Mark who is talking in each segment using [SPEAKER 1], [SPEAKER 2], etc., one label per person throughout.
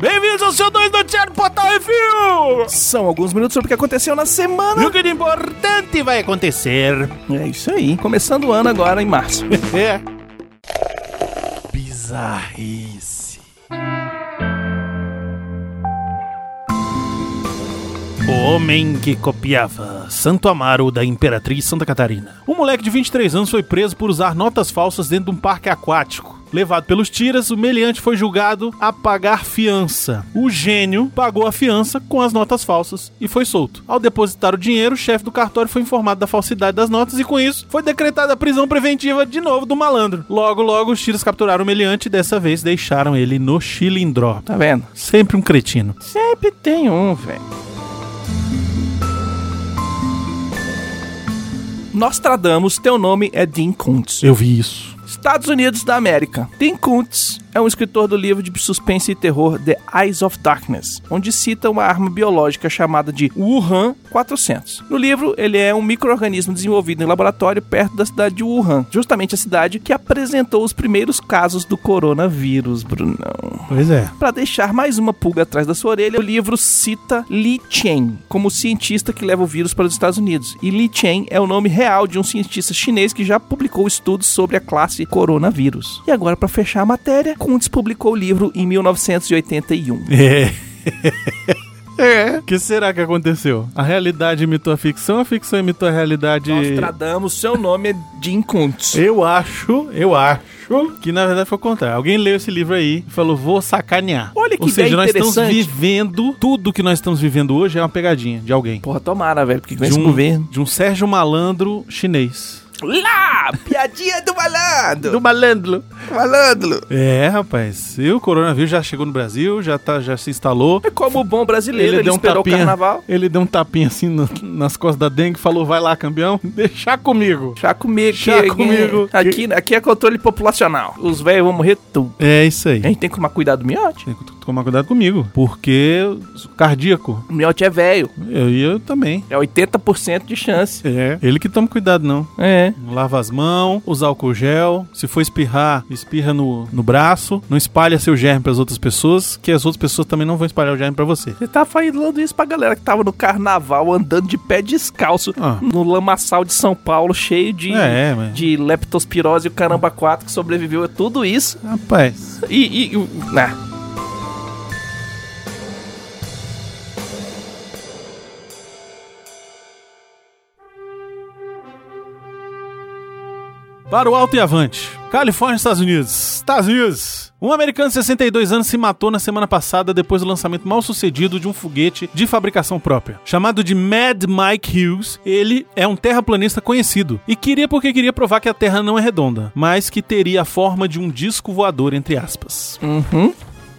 [SPEAKER 1] Bem-vindos ao seu 2 Noticiário Portal Refil!
[SPEAKER 2] São alguns minutos sobre o que aconteceu na
[SPEAKER 1] E
[SPEAKER 2] semana.
[SPEAKER 1] o que de importante vai acontecer?
[SPEAKER 2] É isso aí. Começando o ano agora em março.
[SPEAKER 1] É. Bizarrice. O homem que copiava Santo Amaro da Imperatriz Santa Catarina. Um moleque de 23 anos foi preso por usar notas falsas dentro de um parque aquático. Levado pelos tiras, o meliante foi julgado a pagar fiança. O gênio pagou a fiança com as notas falsas e foi solto. Ao depositar o dinheiro, o chefe do cartório foi informado da falsidade das notas e, com isso, foi decretada a prisão preventiva de novo do malandro. Logo, logo, os tiras capturaram o meliante e dessa vez deixaram ele no chilindró.
[SPEAKER 2] Tá vendo?
[SPEAKER 1] Sempre um cretino.
[SPEAKER 2] Sempre tem um, velho. Nostradamus, teu nome é Dean Kuntz.
[SPEAKER 1] Eu vi isso.
[SPEAKER 2] Estados Unidos da América. Tim Kuntz é um escritor do livro de suspense e terror The Eyes of Darkness, onde cita uma arma biológica chamada de Wuhan 400. No livro, ele é um microorganismo desenvolvido em laboratório perto da cidade de Wuhan, justamente a cidade que apresentou os primeiros casos do coronavírus, Brunão.
[SPEAKER 1] Pois é.
[SPEAKER 2] Para deixar mais uma pulga atrás da sua orelha, o livro cita Li Chen como o cientista que leva o vírus para os Estados Unidos. E Li Chen é o nome real de um cientista chinês que já publicou estudos sobre a classe coronavírus. E agora, para fechar a matéria, Kuntz publicou o livro em 1981.
[SPEAKER 1] É. É. O que será que aconteceu? A realidade imitou a ficção, a ficção imitou a realidade.
[SPEAKER 2] Nostradamus, seu nome é Jim Kuntz.
[SPEAKER 1] Eu acho, eu acho que na verdade foi o contrário. Alguém leu esse livro aí e falou: vou sacanear.
[SPEAKER 2] Olha que
[SPEAKER 1] Ou seja,
[SPEAKER 2] ideia
[SPEAKER 1] nós estamos
[SPEAKER 2] interessante.
[SPEAKER 1] vivendo. Tudo que nós estamos vivendo hoje é uma pegadinha de alguém.
[SPEAKER 2] Porra, tomara, velho, porque com
[SPEAKER 1] De
[SPEAKER 2] esse governo...
[SPEAKER 1] de um Sérgio Malandro chinês.
[SPEAKER 2] Lá! Piadinha do malandro!
[SPEAKER 1] malandro.
[SPEAKER 2] Do malandro!
[SPEAKER 1] É, rapaz. E o coronavírus já chegou no Brasil, já, tá, já se instalou.
[SPEAKER 2] É como o bom brasileiro, ele, um esperou o carnaval.
[SPEAKER 1] um Ele deu um tapinha assim na- nas costas da dengue e falou: vai lá, campeão, deixar comigo.
[SPEAKER 2] Chá comigo.
[SPEAKER 1] Chá
[SPEAKER 2] que-
[SPEAKER 1] comigo.
[SPEAKER 2] Aqui, aqui é controle populacional. Os velhos vão morrer tudo.
[SPEAKER 1] É isso aí.
[SPEAKER 2] A gente tem que tomar cuidado do miote.
[SPEAKER 1] Tem que tomar cuidado comigo, porque eu sou cardíaco.
[SPEAKER 2] O miote é velho.
[SPEAKER 1] Eu e eu também.
[SPEAKER 2] É 80% de chance.
[SPEAKER 1] É. Ele que toma cuidado, não.
[SPEAKER 2] É.
[SPEAKER 1] Lava as mãos, usa álcool gel. Se for espirrar, espirra no, no braço. Não espalha seu germe pras outras pessoas, que as outras pessoas também não vão espalhar o germe pra você.
[SPEAKER 2] Você tá falando isso pra galera que tava no carnaval andando de pé descalço
[SPEAKER 1] Ah.
[SPEAKER 2] no lamaçal de São Paulo, cheio de,
[SPEAKER 1] É, mas-
[SPEAKER 2] de leptospirose e o caramba 4 que sobreviveu a tudo isso.
[SPEAKER 1] Rapaz.
[SPEAKER 2] E. e, e ah.
[SPEAKER 1] Para o alto e avante. Califórnia, Estados Unidos. Estados Unidos. Um americano de 62 anos se matou na semana passada depois do lançamento mal sucedido de um foguete de fabricação própria. Chamado de Mad Mike Hughes, ele é um terraplanista conhecido e queria porque queria provar que a Terra não é redonda, mas que teria a forma de um disco voador, entre aspas.
[SPEAKER 2] Uhum.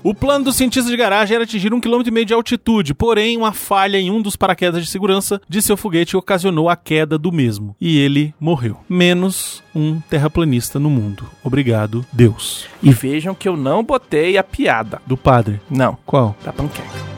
[SPEAKER 1] O plano do cientista de garagem era atingir um quilômetro e meio de altitude, porém uma falha em um dos paraquedas de segurança de seu foguete ocasionou a queda do mesmo e ele morreu. Menos um terraplanista no mundo. Obrigado, Deus.
[SPEAKER 2] E vejam que eu não botei a piada.
[SPEAKER 1] Do padre.
[SPEAKER 2] Não.
[SPEAKER 1] Qual?
[SPEAKER 2] Da panqueca.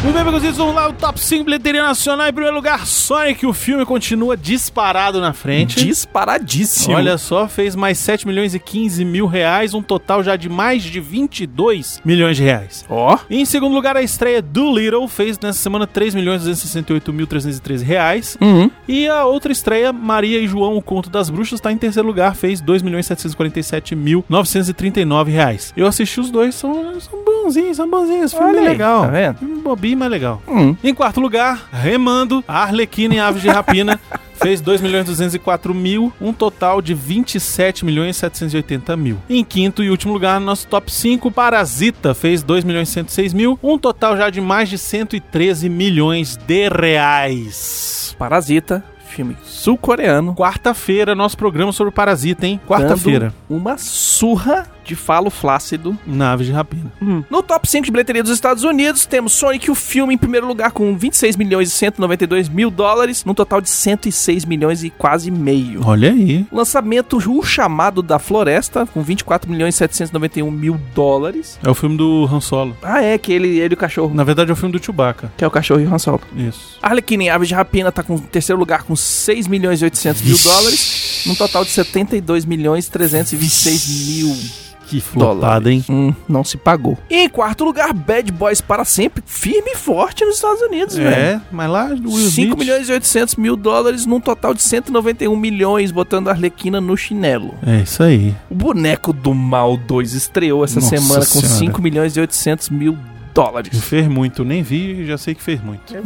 [SPEAKER 1] Muito bem, amigos, vamos lá, o top 5 bilheteria nacional. Em primeiro lugar, Sonic, o filme continua disparado na frente.
[SPEAKER 2] Disparadíssimo.
[SPEAKER 1] Olha só, fez mais 7 milhões e 15 mil reais, um total já de mais de 22 milhões de reais.
[SPEAKER 2] Ó.
[SPEAKER 1] Em segundo lugar, a estreia do Little fez nessa semana 3.268.313 reais.
[SPEAKER 2] Uhum.
[SPEAKER 1] E a outra estreia, Maria e João, o Conto das Bruxas, está em terceiro lugar, fez 2.747.939 reais. Eu assisti os dois, são, são bonzinhos, são bonzinhos, filme é
[SPEAKER 2] Olha aí,
[SPEAKER 1] legal.
[SPEAKER 2] tá vendo?
[SPEAKER 1] Filme bobinho, mas legal.
[SPEAKER 2] Hum.
[SPEAKER 1] Em quarto lugar, Remando, a Arlequina em Aves de Rapina. Fez 2 milhões um total de 27 milhões Em quinto e último lugar, no nosso top 5, Parasita fez 2 milhões um total já de mais de 113 milhões de reais.
[SPEAKER 2] Parasita, filme sul-coreano.
[SPEAKER 1] Quarta-feira, nosso programa sobre o Parasita, hein? Quarta-feira.
[SPEAKER 2] dando Uma surra de falo flácido.
[SPEAKER 1] Nave de rapina.
[SPEAKER 2] No top 5 de bilheteria dos Estados Unidos, temos Sonic, o filme, em primeiro lugar, com 26 milhões e 192 mil dólares, num total de 106 milhões e quase meio.
[SPEAKER 1] Olha aí.
[SPEAKER 2] Lançamento O Chamado da Floresta, com 24 milhões e 791 mil dólares.
[SPEAKER 1] É o filme do Han Solo.
[SPEAKER 2] Ah, é, que ele, ele e o cachorro.
[SPEAKER 1] Na verdade, é o filme do Chewbacca.
[SPEAKER 2] Que é o cachorro e o Han Solo.
[SPEAKER 1] Isso.
[SPEAKER 2] Arlequina em Aves de Rapina tá com em terceiro lugar com 6 milhões e 800 mil dólares, num total de 72 milhões e 326 mil.
[SPEAKER 1] Que flopada, hein?
[SPEAKER 2] Hum, não se pagou. E em quarto lugar, Bad Boys para sempre, firme e forte nos Estados Unidos, velho.
[SPEAKER 1] É, mas lá do Will
[SPEAKER 2] 5
[SPEAKER 1] Smith-
[SPEAKER 2] milhões e 800 mil dólares num total de 191 milhões, botando a Arlequina no chinelo.
[SPEAKER 1] É isso aí.
[SPEAKER 2] O Boneco do Mal 2 estreou essa
[SPEAKER 1] Nossa
[SPEAKER 2] semana com
[SPEAKER 1] Senhora.
[SPEAKER 2] 5 milhões e 800 mil
[SPEAKER 1] Não
[SPEAKER 2] dólares.
[SPEAKER 1] Fez muito, nem vi e já sei que fez muito.
[SPEAKER 2] É,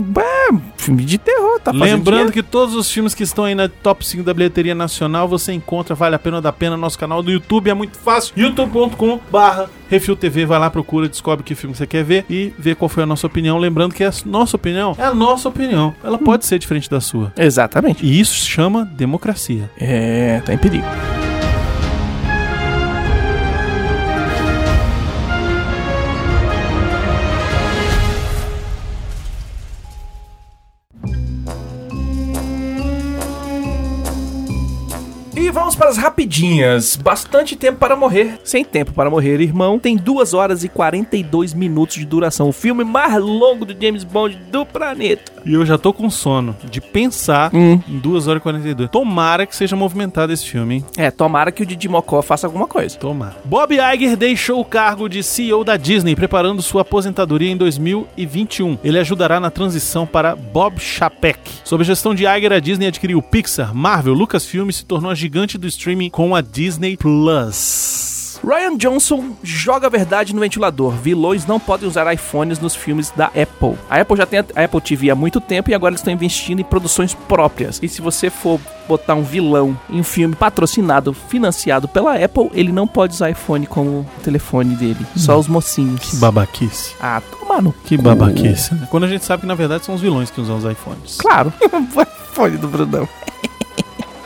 [SPEAKER 2] filme de terror, tá fazendo
[SPEAKER 1] Lembrando que todos os filmes que estão aí na top 5 da bilheteria nacional você encontra, vale a pena da pena, nosso canal do YouTube é muito fácil, youtube.com/barra Refil TV, vai lá, procura, descobre que filme você quer ver e vê qual foi a nossa opinião. Lembrando que a nossa opinião é a nossa opinião, ela
[SPEAKER 2] Hum.
[SPEAKER 1] pode ser diferente da sua.
[SPEAKER 2] Exatamente.
[SPEAKER 1] E isso se chama democracia.
[SPEAKER 2] É, tá em perigo. E Vamos para as rapidinhas. Bastante tempo para morrer. Sem tempo para morrer, irmão. Tem 2 horas e 42 minutos de duração. O filme mais longo do James Bond do planeta.
[SPEAKER 1] E eu já tô com sono de pensar
[SPEAKER 2] Hum.
[SPEAKER 1] em 2 horas e 42. Tomara que seja movimentado esse filme, hein?
[SPEAKER 2] É, tomara que o Didi Mocó faça alguma coisa.
[SPEAKER 1] Tomara. Bob Iger deixou o cargo de CEO da Disney, preparando sua aposentadoria em 2021. Ele ajudará na transição para Bob Chapek. Sob a gestão de Iger, a Disney adquiriu Pixar, Marvel, Lucasfilm e se tornou a gigante do streaming com a Disney Plus.
[SPEAKER 2] Ryan Johnson joga a verdade no ventilador. Vilões não podem usar iPhones nos filmes da Apple. A Apple já tem a Apple TV há muito tempo e agora eles estão investindo em produções próprias. E se você for botar um vilão em um filme patrocinado, financiado pela Apple, ele não pode usar iPhone como telefone dele. Só os mocinhos.
[SPEAKER 1] babaquice.
[SPEAKER 2] ah, toma no
[SPEAKER 1] Que
[SPEAKER 2] cu.
[SPEAKER 1] babaquice. né? Quando a gente sabe que na verdade são os vilões que usam os iPhones.
[SPEAKER 2] Claro. O iPhone do Brunão.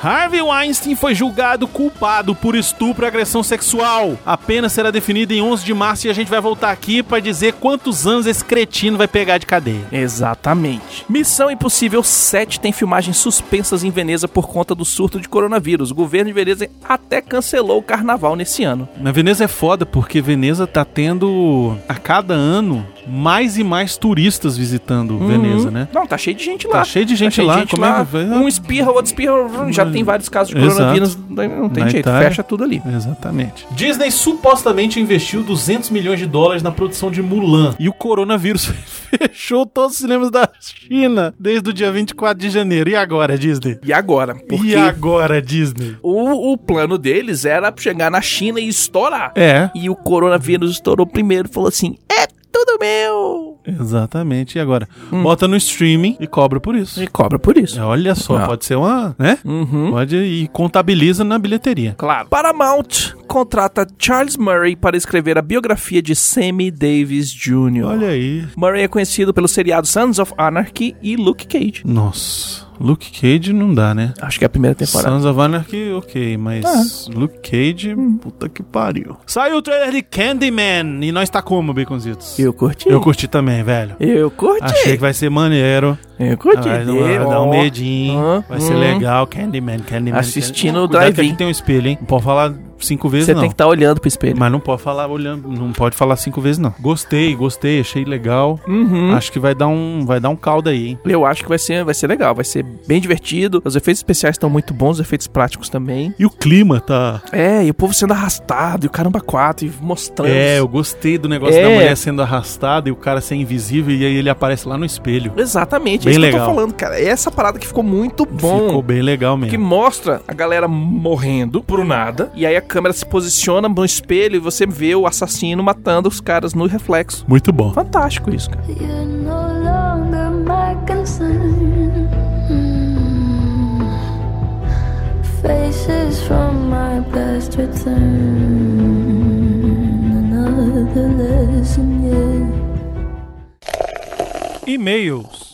[SPEAKER 1] Harvey Weinstein foi julgado culpado por estupro e agressão sexual. A pena será definida em 11 de março e a gente vai voltar aqui pra dizer quantos anos esse cretino vai pegar de cadeia.
[SPEAKER 2] Exatamente. Missão Impossível 7 tem filmagens suspensas em Veneza por conta do surto de coronavírus. O governo de Veneza até cancelou o carnaval nesse ano.
[SPEAKER 1] Na Veneza é foda porque Veneza tá tendo a cada ano mais e mais turistas visitando Veneza, né?
[SPEAKER 2] Não, tá cheio de gente lá.
[SPEAKER 1] Tá cheio de gente
[SPEAKER 2] cheio de
[SPEAKER 1] lá, como é que vai?
[SPEAKER 2] Um espirra, outro espirra, vrum, já tem vários casos de
[SPEAKER 1] Exato.
[SPEAKER 2] coronavírus. Não tem
[SPEAKER 1] Na
[SPEAKER 2] jeito,
[SPEAKER 1] Itália.
[SPEAKER 2] fecha tudo ali.
[SPEAKER 1] Exatamente. Disney supostamente investiu 200 milhões de dólares na produção de Mulan. E o coronavírus fechou todos os cinemas da China desde o dia 24 de janeiro. E agora, Disney?
[SPEAKER 2] E agora? Porque
[SPEAKER 1] E agora, Disney?
[SPEAKER 2] o, o plano deles era chegar na China e estourar.
[SPEAKER 1] É,
[SPEAKER 2] E o coronavírus estourou primeiro e falou assim: é tudo meu!
[SPEAKER 1] exatamente. E agora? Bota no streaming e cobra por Hum. isso.
[SPEAKER 2] E cobra por isso.
[SPEAKER 1] Olha só,
[SPEAKER 2] Ah.
[SPEAKER 1] pode ser uma, né?
[SPEAKER 2] Uhum.
[SPEAKER 1] Pode e contabiliza na bilheteria.
[SPEAKER 2] Claro. Paramount contrata Charles Murray para escrever a biografia de Sammy Davis Jr.
[SPEAKER 1] Olha aí.
[SPEAKER 2] Murray é conhecido pelo seriado Sons of Anarchy e Luke Cage.
[SPEAKER 1] Nossa, Luke Cage não dá, né?
[SPEAKER 2] Acho que é a primeira temporada. Ah.
[SPEAKER 1] Sons of Anarchy, ok, mas Luke Cage,
[SPEAKER 2] Hum.
[SPEAKER 1] puta que pariu. Saiu o trailer de Candyman e nós tá como, Baconzitos?
[SPEAKER 2] Eu curti.
[SPEAKER 1] Eu curti também, velho.
[SPEAKER 2] Eu curti.
[SPEAKER 1] Achei que vai ser maneiro.
[SPEAKER 2] Eu curti. É
[SPEAKER 1] Vai, dar uma- vai dar um
[SPEAKER 2] Ó.
[SPEAKER 1] medinho.
[SPEAKER 2] Hã?
[SPEAKER 1] vai ser
[SPEAKER 2] Hum.
[SPEAKER 1] legal. Candyman, Candyman.
[SPEAKER 2] Assistindo o
[SPEAKER 1] Candyman. Cuidado que
[SPEAKER 2] drive-in.
[SPEAKER 1] aqui tem um espelho, hein? Não pode falar cinco vezes,
[SPEAKER 2] Você
[SPEAKER 1] não.
[SPEAKER 2] tem que tá- estar olhando pro espelho.
[SPEAKER 1] Mas não pode falar olhando, não pode falar cinco vezes não. Gostei, gostei, achei legal. Acho que vai dar um, vai dar um caldo aí, hein?
[SPEAKER 2] Uhum. Eu acho que vai ser, vai ser legal, vai ser bem divertido. Os efeitos especiais estão muito bons, os efeitos práticos também.
[SPEAKER 1] E o clima tá
[SPEAKER 2] É, e o povo sendo arrastado, e o caramba quatro, e mostrando.
[SPEAKER 1] É, eu gostei do negócio da
[SPEAKER 2] É.
[SPEAKER 1] mulher sendo arrastada e o cara ser invisível e aí ele aparece lá no espelho.
[SPEAKER 2] Exatamente,
[SPEAKER 1] Bem
[SPEAKER 2] é isso que eu
[SPEAKER 1] legal.
[SPEAKER 2] tô falando, cara. É essa parada que ficou muito bom.
[SPEAKER 1] Ficou bem legal mesmo.
[SPEAKER 2] Que mostra a galera morrendo pro nada. E aí a câmera se posiciona no espelho e você vê o assassino matando os caras no reflexo.
[SPEAKER 1] Muito bom.
[SPEAKER 2] Fantástico isso, cara.
[SPEAKER 3] You're no longer my concern. Mm. Faces from my past return. Another lesson, yeah.
[SPEAKER 1] E-mails.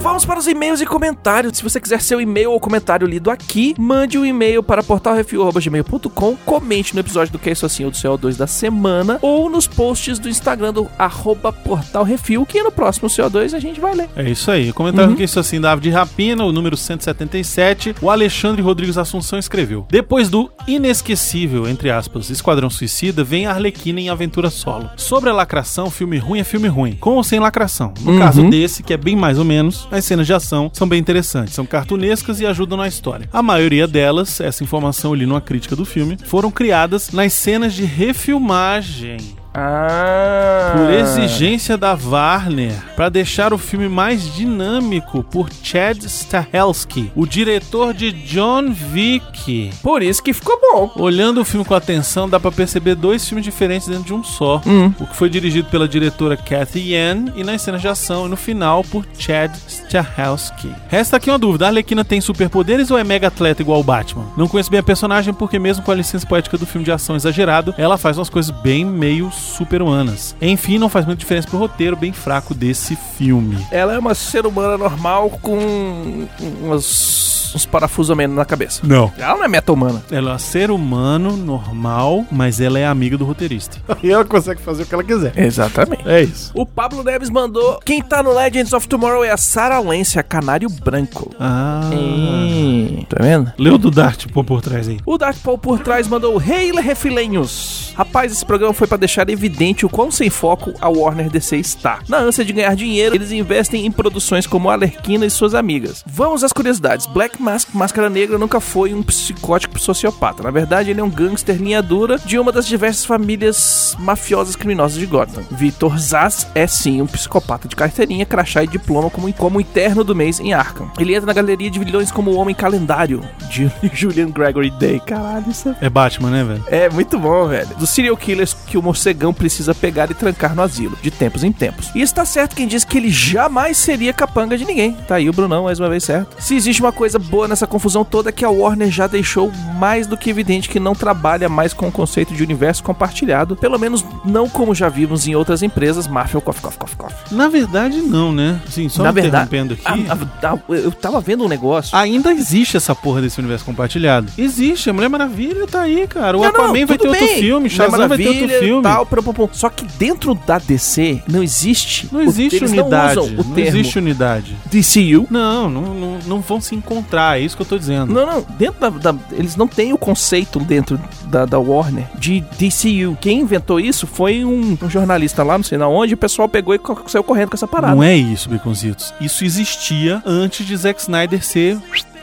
[SPEAKER 2] vamos para os e-mails e comentários. Se você quiser seu e-mail ou comentário lido aqui, mande um e-mail para portalrefil.gmail.com, comente no episódio do Que é Isso Assim ou do CO2 da semana, ou nos posts do Instagram do arroba portalrefil, que no próximo CO2 a gente vai ler.
[SPEAKER 1] É isso aí. Comentário que isso assim da Ave de Rapina, o número 177. O Alexandre Rodrigues Assunção escreveu: Depois do inesquecível, entre aspas, Esquadrão Suicida, vem a Arlequina em Aventura Solo. Sobre a lacração, filme ruim é filme ruim, com ou sem lacração. No caso desse, que é bem mais ou menos, as cenas de ação são bem interessantes, são cartunescas e ajudam na história. A maioria delas, essa informação ali numa crítica do filme, foram criadas nas cenas de refilmagem.
[SPEAKER 2] Ah.
[SPEAKER 1] Por exigência da Warner, para deixar o filme mais dinâmico por Chad Stahelski, o diretor de John Wick.
[SPEAKER 2] Por isso que ficou bom.
[SPEAKER 1] Olhando o filme com atenção, dá pra perceber dois filmes diferentes dentro de um só.
[SPEAKER 2] Hum.
[SPEAKER 1] O que foi dirigido pela diretora Kathy Yan e nas cenas de ação e no final por Chad Stahelski. Resta aqui uma dúvida: a Arlequina tem superpoderes ou é mega atleta igual o Batman? Não conheço bem a personagem porque, mesmo com a licença poética do filme de ação exagerado, ela faz umas coisas bem meio super-humanas. Enfim, não faz muita diferença pro roteiro bem fraco desse filme.
[SPEAKER 2] Ela é uma ser humana normal com umas- uns parafusos a menos na cabeça.
[SPEAKER 1] Não.
[SPEAKER 2] Ela não é meta humana.
[SPEAKER 1] Ela é um ser humano normal, mas ela é amiga do roteirista. E ela consegue fazer o que ela quiser.
[SPEAKER 2] Exatamente.
[SPEAKER 1] É isso.
[SPEAKER 2] O Pablo Neves mandou. Quem tá no Legends of Tomorrow é a Sarah Lance, a Canário Branco.
[SPEAKER 1] Ah.
[SPEAKER 2] Hum, Tá vendo?
[SPEAKER 1] Leu do Dart pô, por trás aí.
[SPEAKER 2] O Dark Paul por trás mandou Reila Refilenhos. Rapaz, esse programa foi pra deixar evidente o quão sem foco a Warner DC está. Na ânsia de ganhar dinheiro, eles investem em produções como Alerquina e suas amigas. Vamos às curiosidades. Black Mask, Máscara Negra, nunca foi um psicótico sociopata. Na verdade, ele é um gangster linha dura de uma das diversas famílias mafiosas criminosas de Gotham. Victor Zaz é sim um psicopata de carteirinha, crachá e diploma como, como interno do mês em Arkham. Ele entra na galeria de vilões como o Homem Calendário, de Julian Gregory Day. Caralho, isso é
[SPEAKER 1] É Batman, né, velho?
[SPEAKER 2] é, muito bom, velho. Dos serial killers que o morcegão precisa pegar e trancar no asilo, de tempos em tempos. E está certo quem diz que ele jamais seria capanga de ninguém. Tá aí o Brunão, mais uma vez certo. Se existe uma coisa boa nessa confusão toda é que a Warner já deixou mais do que evidente que não trabalha mais com o conceito de universo compartilhado, pelo menos não como já vimos em outras empresas, Marvel, cof, cof, cof, cof.
[SPEAKER 1] Na verdade, não, né? Sim, só
[SPEAKER 2] Na
[SPEAKER 1] me
[SPEAKER 2] verdade,
[SPEAKER 1] interrompendo aqui.
[SPEAKER 2] a- a- a- ah, eu tava vendo um negócio.
[SPEAKER 1] Ainda existe essa porra desse universo compartilhado. Existe, a Mulher Maravilha tá aí, cara. O
[SPEAKER 2] Não, não,
[SPEAKER 1] Aquaman vai ter
[SPEAKER 2] tudo
[SPEAKER 1] outro
[SPEAKER 2] bem.
[SPEAKER 1] filme,
[SPEAKER 2] Mulher
[SPEAKER 1] Shazam vai ter outro
[SPEAKER 2] Maravilha,
[SPEAKER 1] filme.
[SPEAKER 2] tal, pum, pum, pum. Só que dentro da DC não existe.
[SPEAKER 1] Não
[SPEAKER 2] o-
[SPEAKER 1] existe
[SPEAKER 2] eles
[SPEAKER 1] unidade.
[SPEAKER 2] Não,
[SPEAKER 1] Não,
[SPEAKER 2] usam o termo
[SPEAKER 1] existe unidade.
[SPEAKER 2] DCU.
[SPEAKER 1] Não não, não, não vão se encontrar, é isso que eu tô dizendo.
[SPEAKER 2] Não, não. Dentro da, da- Eles não têm o conceito dentro da, da Warner de DCU. Quem inventou isso foi um, um jornalista lá, não sei na onde, e o pessoal pegou e co- saiu correndo com essa parada.
[SPEAKER 1] Não é isso, Beconzitos. Isso existia antes de Zack Snyder ser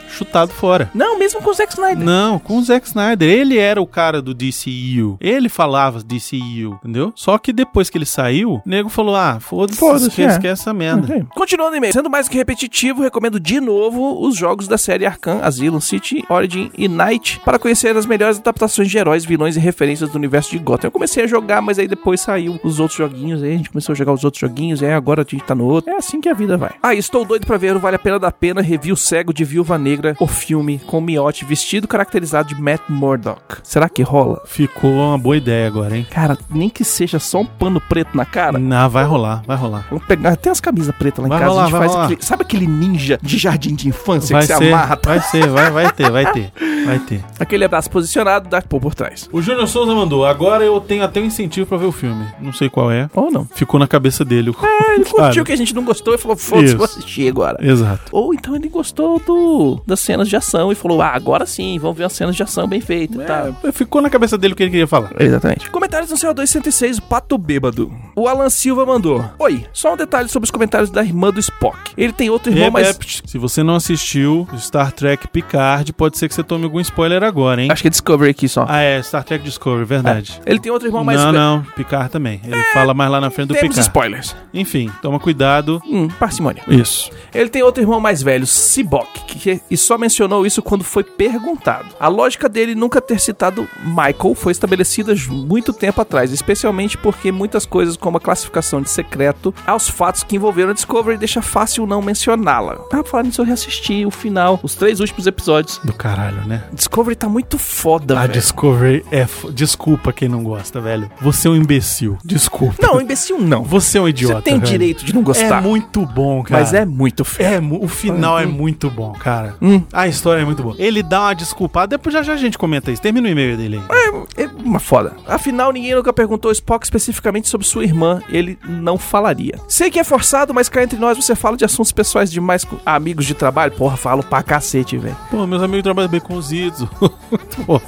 [SPEAKER 1] chutado fora.
[SPEAKER 2] Não, mesmo com o Zack Snyder.
[SPEAKER 1] Não, com o Zack Snyder. Ele era o cara do DCU. Ele falava DCU, entendeu? Só que depois que ele saiu, o nego falou: ah, foda-se,
[SPEAKER 2] Foda-se,
[SPEAKER 1] esquece,
[SPEAKER 2] é.
[SPEAKER 1] esquece essa merda.
[SPEAKER 2] Ok. Continuando e-mail. Sendo mais do que repetitivo, recomendo de novo os jogos da série Arkham, Asylum City, Origin e Night para conhecer as melhores adaptações de heróis, vilões e referências do universo de Gotham. Eu comecei a jogar, mas aí depois saiu os outros joguinhos, aí a gente começou a jogar os outros joguinhos, aí agora a gente tá no outro. É assim que a vida vai. Ah, e estou doido pra ver o Vale a Pena da Pena, review cego de Viúva Negra, o filme com Miotti vestido caracterizado de Matt Murdock. Será que rola?
[SPEAKER 1] Ficou uma boa ideia agora, hein?
[SPEAKER 2] Cara, nem que seja só um pano preto na cara.
[SPEAKER 1] Não, vai rolar, vai rolar.
[SPEAKER 2] Vamos pegar até as camisas pretas lá em
[SPEAKER 1] Vai
[SPEAKER 2] casa.
[SPEAKER 1] rolar,
[SPEAKER 2] a gente
[SPEAKER 1] vai
[SPEAKER 2] faz
[SPEAKER 1] rolar.
[SPEAKER 2] aquele, sabe aquele ninja de jardim de infância
[SPEAKER 1] Vai
[SPEAKER 2] que você
[SPEAKER 1] ser,
[SPEAKER 2] amarra? tá?
[SPEAKER 1] vai ser, vai, vai ter, vai ter, vai ter.
[SPEAKER 2] Aquele abraço posicionado, Dark Paul por trás.
[SPEAKER 1] O Júnior Souza mandou, agora eu tenho até um incentivo pra ver o filme. Não sei qual é.
[SPEAKER 2] Ou não.
[SPEAKER 1] Ficou na cabeça dele.
[SPEAKER 2] É, ele curtiu
[SPEAKER 1] Sabe?
[SPEAKER 2] o que a gente não gostou e falou, foda-se,
[SPEAKER 1] Isso.
[SPEAKER 2] vou assistir agora.
[SPEAKER 1] Exato.
[SPEAKER 2] Ou então ele gostou do, das cenas de ação e falou, ah, agora sim, vamos ver as cenas de ação bem feitas e tal.
[SPEAKER 1] É, ficou na cabeça dele o que ele queria falar.
[SPEAKER 2] Exatamente. É. Comentários no CO206, o Pato Bêbado. O Alan Silva mandou. Oi, só um detalhe sobre os comentários da irmã do Spock. Ele tem outro irmão,
[SPEAKER 1] Ei,
[SPEAKER 2] mas...
[SPEAKER 1] Pepe, é Se você não assistiu Star Trek Picard, pode ser que você tome algum spoiler agora, hein?
[SPEAKER 2] Acho É. que é Discovery aqui só.
[SPEAKER 1] Ah, é, Star Trek Discovery, verdade.
[SPEAKER 2] Ele tem outro irmão
[SPEAKER 1] Não,
[SPEAKER 2] mais velho.
[SPEAKER 1] não, Picard também. Ele fala mais lá na frente do
[SPEAKER 2] É, Temos
[SPEAKER 1] Picard.
[SPEAKER 2] spoilers.
[SPEAKER 1] Enfim, toma cuidado.
[SPEAKER 2] Hum, parcimônia.
[SPEAKER 1] Isso.
[SPEAKER 2] Ele tem outro irmão mais velho, Cibok, que só mencionou isso quando foi perguntado. A lógica dele nunca ter citado Michael foi estabelecida ju- muito tempo atrás, especialmente porque muitas coisas, como a classificação de secreto, aos fatos que envolveram a Discovery, deixa fácil não mencioná-la. Ah, pra falar nisso, eu reassisti o final, os três últimos episódios.
[SPEAKER 1] Do caralho, né?
[SPEAKER 2] Discovery tá muito foda,
[SPEAKER 1] A
[SPEAKER 2] velho.
[SPEAKER 1] Ah, Discovery é. f- Desculpa quem não gosta, velho. Você é um imbecil. Desculpa.
[SPEAKER 2] Não, imbecil não.
[SPEAKER 1] Você é um idiota.
[SPEAKER 2] Você tem
[SPEAKER 1] velho.
[SPEAKER 2] direito de não
[SPEAKER 1] É
[SPEAKER 2] gostar.
[SPEAKER 1] muito bom, cara.
[SPEAKER 2] mas é hum. muito feio.
[SPEAKER 1] É, mu- o final é muito bom, cara.
[SPEAKER 2] Hum.
[SPEAKER 1] A história é muito boa. Ele dá uma desculpada, depois já, já a gente comenta isso. Termina o e-mail dele aí.
[SPEAKER 2] É uma foda. Afinal, ninguém nunca perguntou ao Spock especificamente sobre sua irmã. Ele não falaria. Sei que é forçado, mas cá entre nós você fala de assuntos pessoais demais com amigos de trabalho. Porra, falo pra cacete, velho.
[SPEAKER 1] Pô, meus amigos trabalham bem com os idos. muito bom.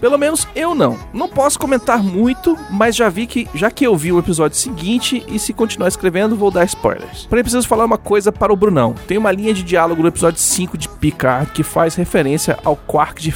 [SPEAKER 2] Pelo menos eu não. Não posso comentar muito, mas já vi que, já que eu vi o episódio seguinte, e se continuar escrevendo, vou dar spoilers. Porém, preciso falar uma coisa para o Brunão. Tem uma linha de diálogo no episódio 5 de Picard que faz referência ao Quark de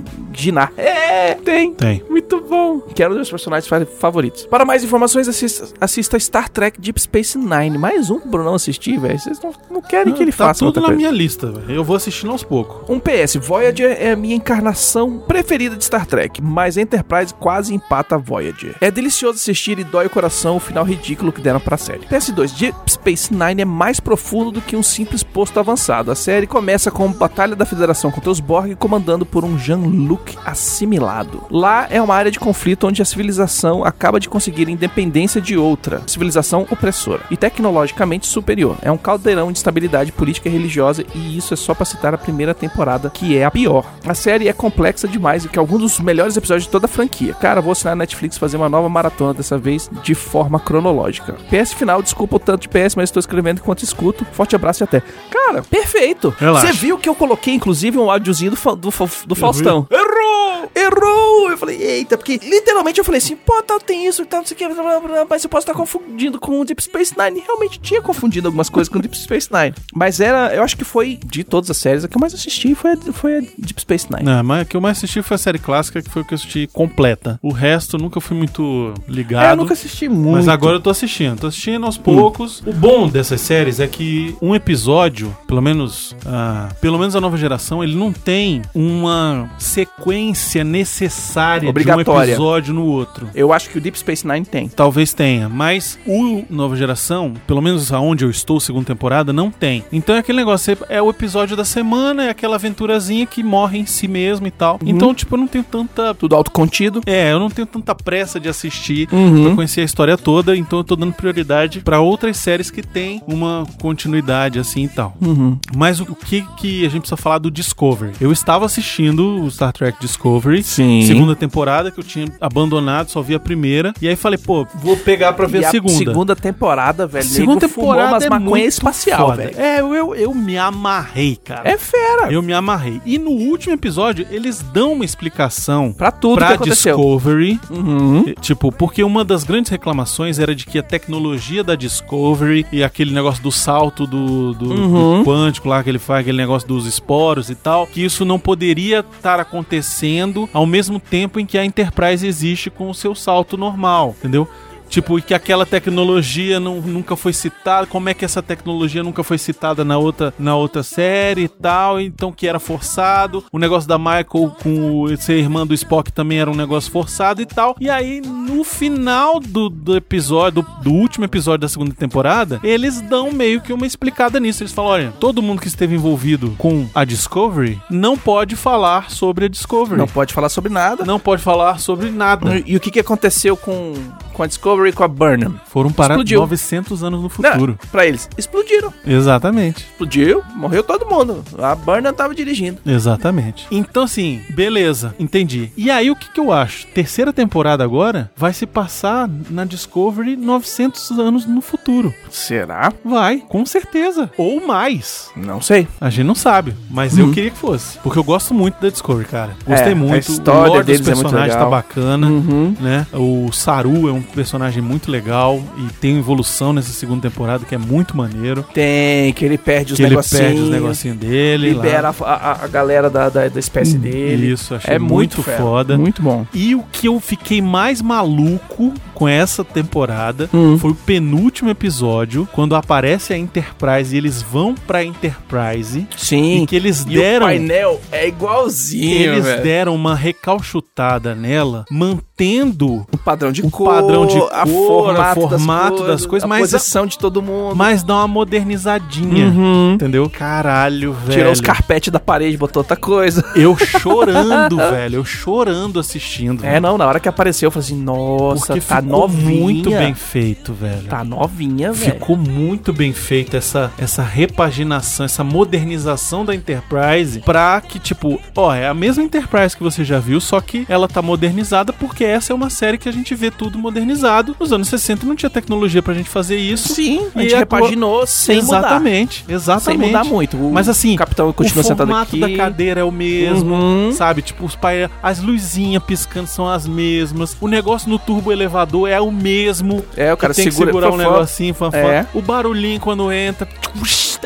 [SPEAKER 2] Ferenginar. É, tem.
[SPEAKER 1] Tem.
[SPEAKER 2] Muito bom. Que era um dos meus personagens fa- favoritos. Para mais informações, assista, assista Star Trek Deep Space Nine. Mais um pro Brunão assistir, velho. Vocês não, não querem que ele
[SPEAKER 1] tá
[SPEAKER 2] faça
[SPEAKER 1] tudo
[SPEAKER 2] outra
[SPEAKER 1] na
[SPEAKER 2] coisa.
[SPEAKER 1] minha lista, velho. Eu vou assistindo aos poucos.
[SPEAKER 2] Um PS, Voyager é a minha encarnação preferida de Star Trek, mas Enterprise quase empata a Voyager. É delicioso assistir e dói o coração o final ridículo que deram pra série. PS2, Deep Space Nine é mais profundo do que um simples posto avançado. A série começa com Batalha da Federação contra os Borg, comandando por um Jean-Luc assimilado. Lá é uma área de conflito onde a civilização acaba de conseguir independência de outra civilização opressora e tecnologicamente superior. É um caldeirão de instabilidade política e religiosa e isso é só pra citar a primeira temporada, que é a pior. A série é complexa demais e que é algum dos melhores episódios de toda a franquia. Cara, vou assinar a Netflix fazer uma nova maratona dessa vez de forma cronológica. PS final, desculpa o tanto de PS, mas estou escrevendo enquanto escuto. Forte abraço e até. Cara, perfeito.
[SPEAKER 1] Relaxa.
[SPEAKER 2] Você viu que eu coloquei inclusive um áudiozinho do, Fa- do, Fa- do Faustão. Errou! Errou! Eu falei, eita, porque literalmente eu falei assim, pô, tal, tem isso, tal, não sei o que, blá, blá, blá, mas eu posso estar confundindo com o Deep Space Nine. E Realmente tinha confundido algumas coisas com o Deep Space Nine. Mas era, eu acho que foi de todas as séries, a que eu mais assisti foi a, foi a Deep Space Nine. É,
[SPEAKER 1] Não, É, mas o que eu mais assisti foi a série clássica, que foi o que eu assisti completa. O resto eu nunca fui muito ligado.
[SPEAKER 2] É, eu nunca assisti muito.
[SPEAKER 1] Mas agora eu tô assistindo, tô assistindo aos poucos. O bom dessas séries é que um episódio, pelo menos, ah, pelo menos a nova geração, ele não tem uma sequência necessária de um
[SPEAKER 2] Obrigatória.
[SPEAKER 1] episódio no outro.
[SPEAKER 2] Eu acho que o Deep Space Nine tem.
[SPEAKER 1] Talvez tenha, mas o Nova Geração, pelo menos aonde eu estou, segunda temporada, não tem. Então é aquele negócio, é o episódio da semana, é aquela aventurazinha que morre em si mesmo e tal. Então, tipo, eu não tenho tanta
[SPEAKER 2] Tudo autocontido.
[SPEAKER 1] é, eu não tenho tanta pressa de assistir
[SPEAKER 2] Uhum.
[SPEAKER 1] pra conhecer a história toda, então eu tô dando prioridade pra outras séries que tem uma continuidade assim e tal.
[SPEAKER 2] Uhum.
[SPEAKER 1] Mas o, o que que a gente precisa falar do Discovery? Eu estava assistindo o Star Trek Discovery,
[SPEAKER 2] Sim.
[SPEAKER 1] segunda temporada que eu tinha abandonado, só vi a primeira, e aí falei, pô, vou pegar pra ver
[SPEAKER 2] E
[SPEAKER 1] a segunda.
[SPEAKER 2] segunda temporada, velho.
[SPEAKER 1] Segunda
[SPEAKER 2] nego fumou umas maconha espacial,
[SPEAKER 1] é foda.
[SPEAKER 2] velho.
[SPEAKER 1] É, eu, eu me amarrei, cara.
[SPEAKER 2] É fera.
[SPEAKER 1] Eu me amarrei. E no último episódio, eles dão uma explicação
[SPEAKER 2] Pra tudo
[SPEAKER 1] pra
[SPEAKER 2] que aconteceu.
[SPEAKER 1] Discovery.
[SPEAKER 2] Uhum.
[SPEAKER 1] E, Tipo, porque uma das grandes reclamações era de que a tecnologia da Discovery e aquele negócio do salto do, do- do quântico lá que ele faz, aquele negócio dos esporos e tal, que isso não poderia estar acontecendo ao mesmo tempo em que a Enterprise existe com o seu salto normal, entendeu? Tipo, e que aquela tecnologia não- nunca foi citada, como é que essa tecnologia nunca foi citada na outra, na outra série e tal, então que era forçado. O negócio da Michael com o, ser irmã do Spock também era um negócio forçado e tal. E aí, no final do, do episódio, do, do último episódio da segunda temporada, eles dão meio que uma explicada nisso. Eles falam: olha, todo mundo que esteve envolvido com a Discovery não pode falar sobre a Discovery.
[SPEAKER 2] Não
[SPEAKER 1] Não,
[SPEAKER 2] pode falar sobre nada.
[SPEAKER 1] pode falar sobre nada.
[SPEAKER 2] E o que, que aconteceu com, com a Discovery e com a Burnham?
[SPEAKER 1] Foram para
[SPEAKER 2] Explodiu.
[SPEAKER 1] 900 anos no futuro.
[SPEAKER 2] Não, pra eles, explodiram.
[SPEAKER 1] Exatamente.
[SPEAKER 2] Explodiu, morreu todo mundo. A Burnham tava dirigindo.
[SPEAKER 1] Exatamente. Então, assim, beleza, entendi. E aí, o que, que eu acho? Terceira temporada agora vai se passar na Discovery 900 anos no futuro.
[SPEAKER 2] Será?
[SPEAKER 1] Vai, com certeza. Ou mais.
[SPEAKER 2] Não sei.
[SPEAKER 1] A gente não sabe, mas eu queria que fosse. Porque eu gosto muito da Discovery, cara.
[SPEAKER 2] Uhum. É,
[SPEAKER 1] Gostei
[SPEAKER 2] a
[SPEAKER 1] muito.
[SPEAKER 2] história
[SPEAKER 1] o lore
[SPEAKER 2] deles
[SPEAKER 1] dos
[SPEAKER 2] é muito
[SPEAKER 1] personagens tá
[SPEAKER 2] legal.
[SPEAKER 1] bacana,
[SPEAKER 2] Uhum.
[SPEAKER 1] né? O Saru é um personagem muito legal e tem evolução nessa segunda temporada que é muito maneiro.
[SPEAKER 2] Tem, que ele perde os
[SPEAKER 1] que ele
[SPEAKER 2] negocinhos.
[SPEAKER 1] perde os negocinhos dele. lá. Hum,
[SPEAKER 2] Libera a, a- a galera da, da, da espécie dele. É
[SPEAKER 1] Isso, achei muito
[SPEAKER 2] fera.
[SPEAKER 1] foda.
[SPEAKER 2] Muito bom.
[SPEAKER 1] E o que eu fiquei mais maluco com essa temporada.
[SPEAKER 2] Hum.
[SPEAKER 1] Foi o penúltimo episódio, quando aparece a Enterprise e eles vão pra Enterprise.
[SPEAKER 2] Sim.
[SPEAKER 1] E que eles
[SPEAKER 2] E o
[SPEAKER 1] deram.
[SPEAKER 2] painel é igualzinho,
[SPEAKER 1] eles
[SPEAKER 2] velho.
[SPEAKER 1] deram uma recalchutada nela, mantendo
[SPEAKER 2] O padrão de
[SPEAKER 1] O
[SPEAKER 2] cor,
[SPEAKER 1] padrão de
[SPEAKER 2] a
[SPEAKER 1] cor,
[SPEAKER 2] formato,
[SPEAKER 1] o formato das coisas,
[SPEAKER 2] a
[SPEAKER 1] mas é a-
[SPEAKER 2] posição de todo mundo.
[SPEAKER 1] mas dá uma modernizadinha.
[SPEAKER 2] Uhum.
[SPEAKER 1] Entendeu? Caralho, velho.
[SPEAKER 2] Tirou os carpetes da parede, botou outra coisa.
[SPEAKER 1] Eu chorando, velho. Eu chorando assistindo.
[SPEAKER 2] É, não, na hora que apareceu, eu falei assim, nossa,
[SPEAKER 1] porque
[SPEAKER 2] tá
[SPEAKER 1] ficou
[SPEAKER 2] novinha.
[SPEAKER 1] muito bem feito, velho.
[SPEAKER 2] Tá novinha, velho.
[SPEAKER 1] Ficou muito bem feita essa, essa repaginação, essa modernização da Enterprise pra que, tipo, ó, é a mesma Enterprise que você já viu, só que ela tá modernizada porque essa é uma série que a gente vê tudo modernizado. Nos anos 60 não tinha tecnologia pra gente fazer isso.
[SPEAKER 2] Sim, é a
[SPEAKER 1] E
[SPEAKER 2] gente
[SPEAKER 1] a
[SPEAKER 2] repaginou sem
[SPEAKER 1] exatamente,
[SPEAKER 2] mudar.
[SPEAKER 1] exatamente.
[SPEAKER 2] Sem mudar muito. O
[SPEAKER 1] Mas assim,
[SPEAKER 2] capitão continua
[SPEAKER 1] o
[SPEAKER 2] sentado
[SPEAKER 1] formato
[SPEAKER 2] aqui.
[SPEAKER 1] da cadeira é o mesmo,
[SPEAKER 2] Uhum.
[SPEAKER 1] sabe? Tipo, os pai, as luzinhas piscando são as mesmas. O negócio no turbo elevador é o mesmo.
[SPEAKER 2] É, o cara
[SPEAKER 1] tem que
[SPEAKER 2] segura,
[SPEAKER 1] segurar um
[SPEAKER 2] fanfã.
[SPEAKER 1] negocinho, fanfã.
[SPEAKER 2] É.
[SPEAKER 1] O barulhinho quando entra.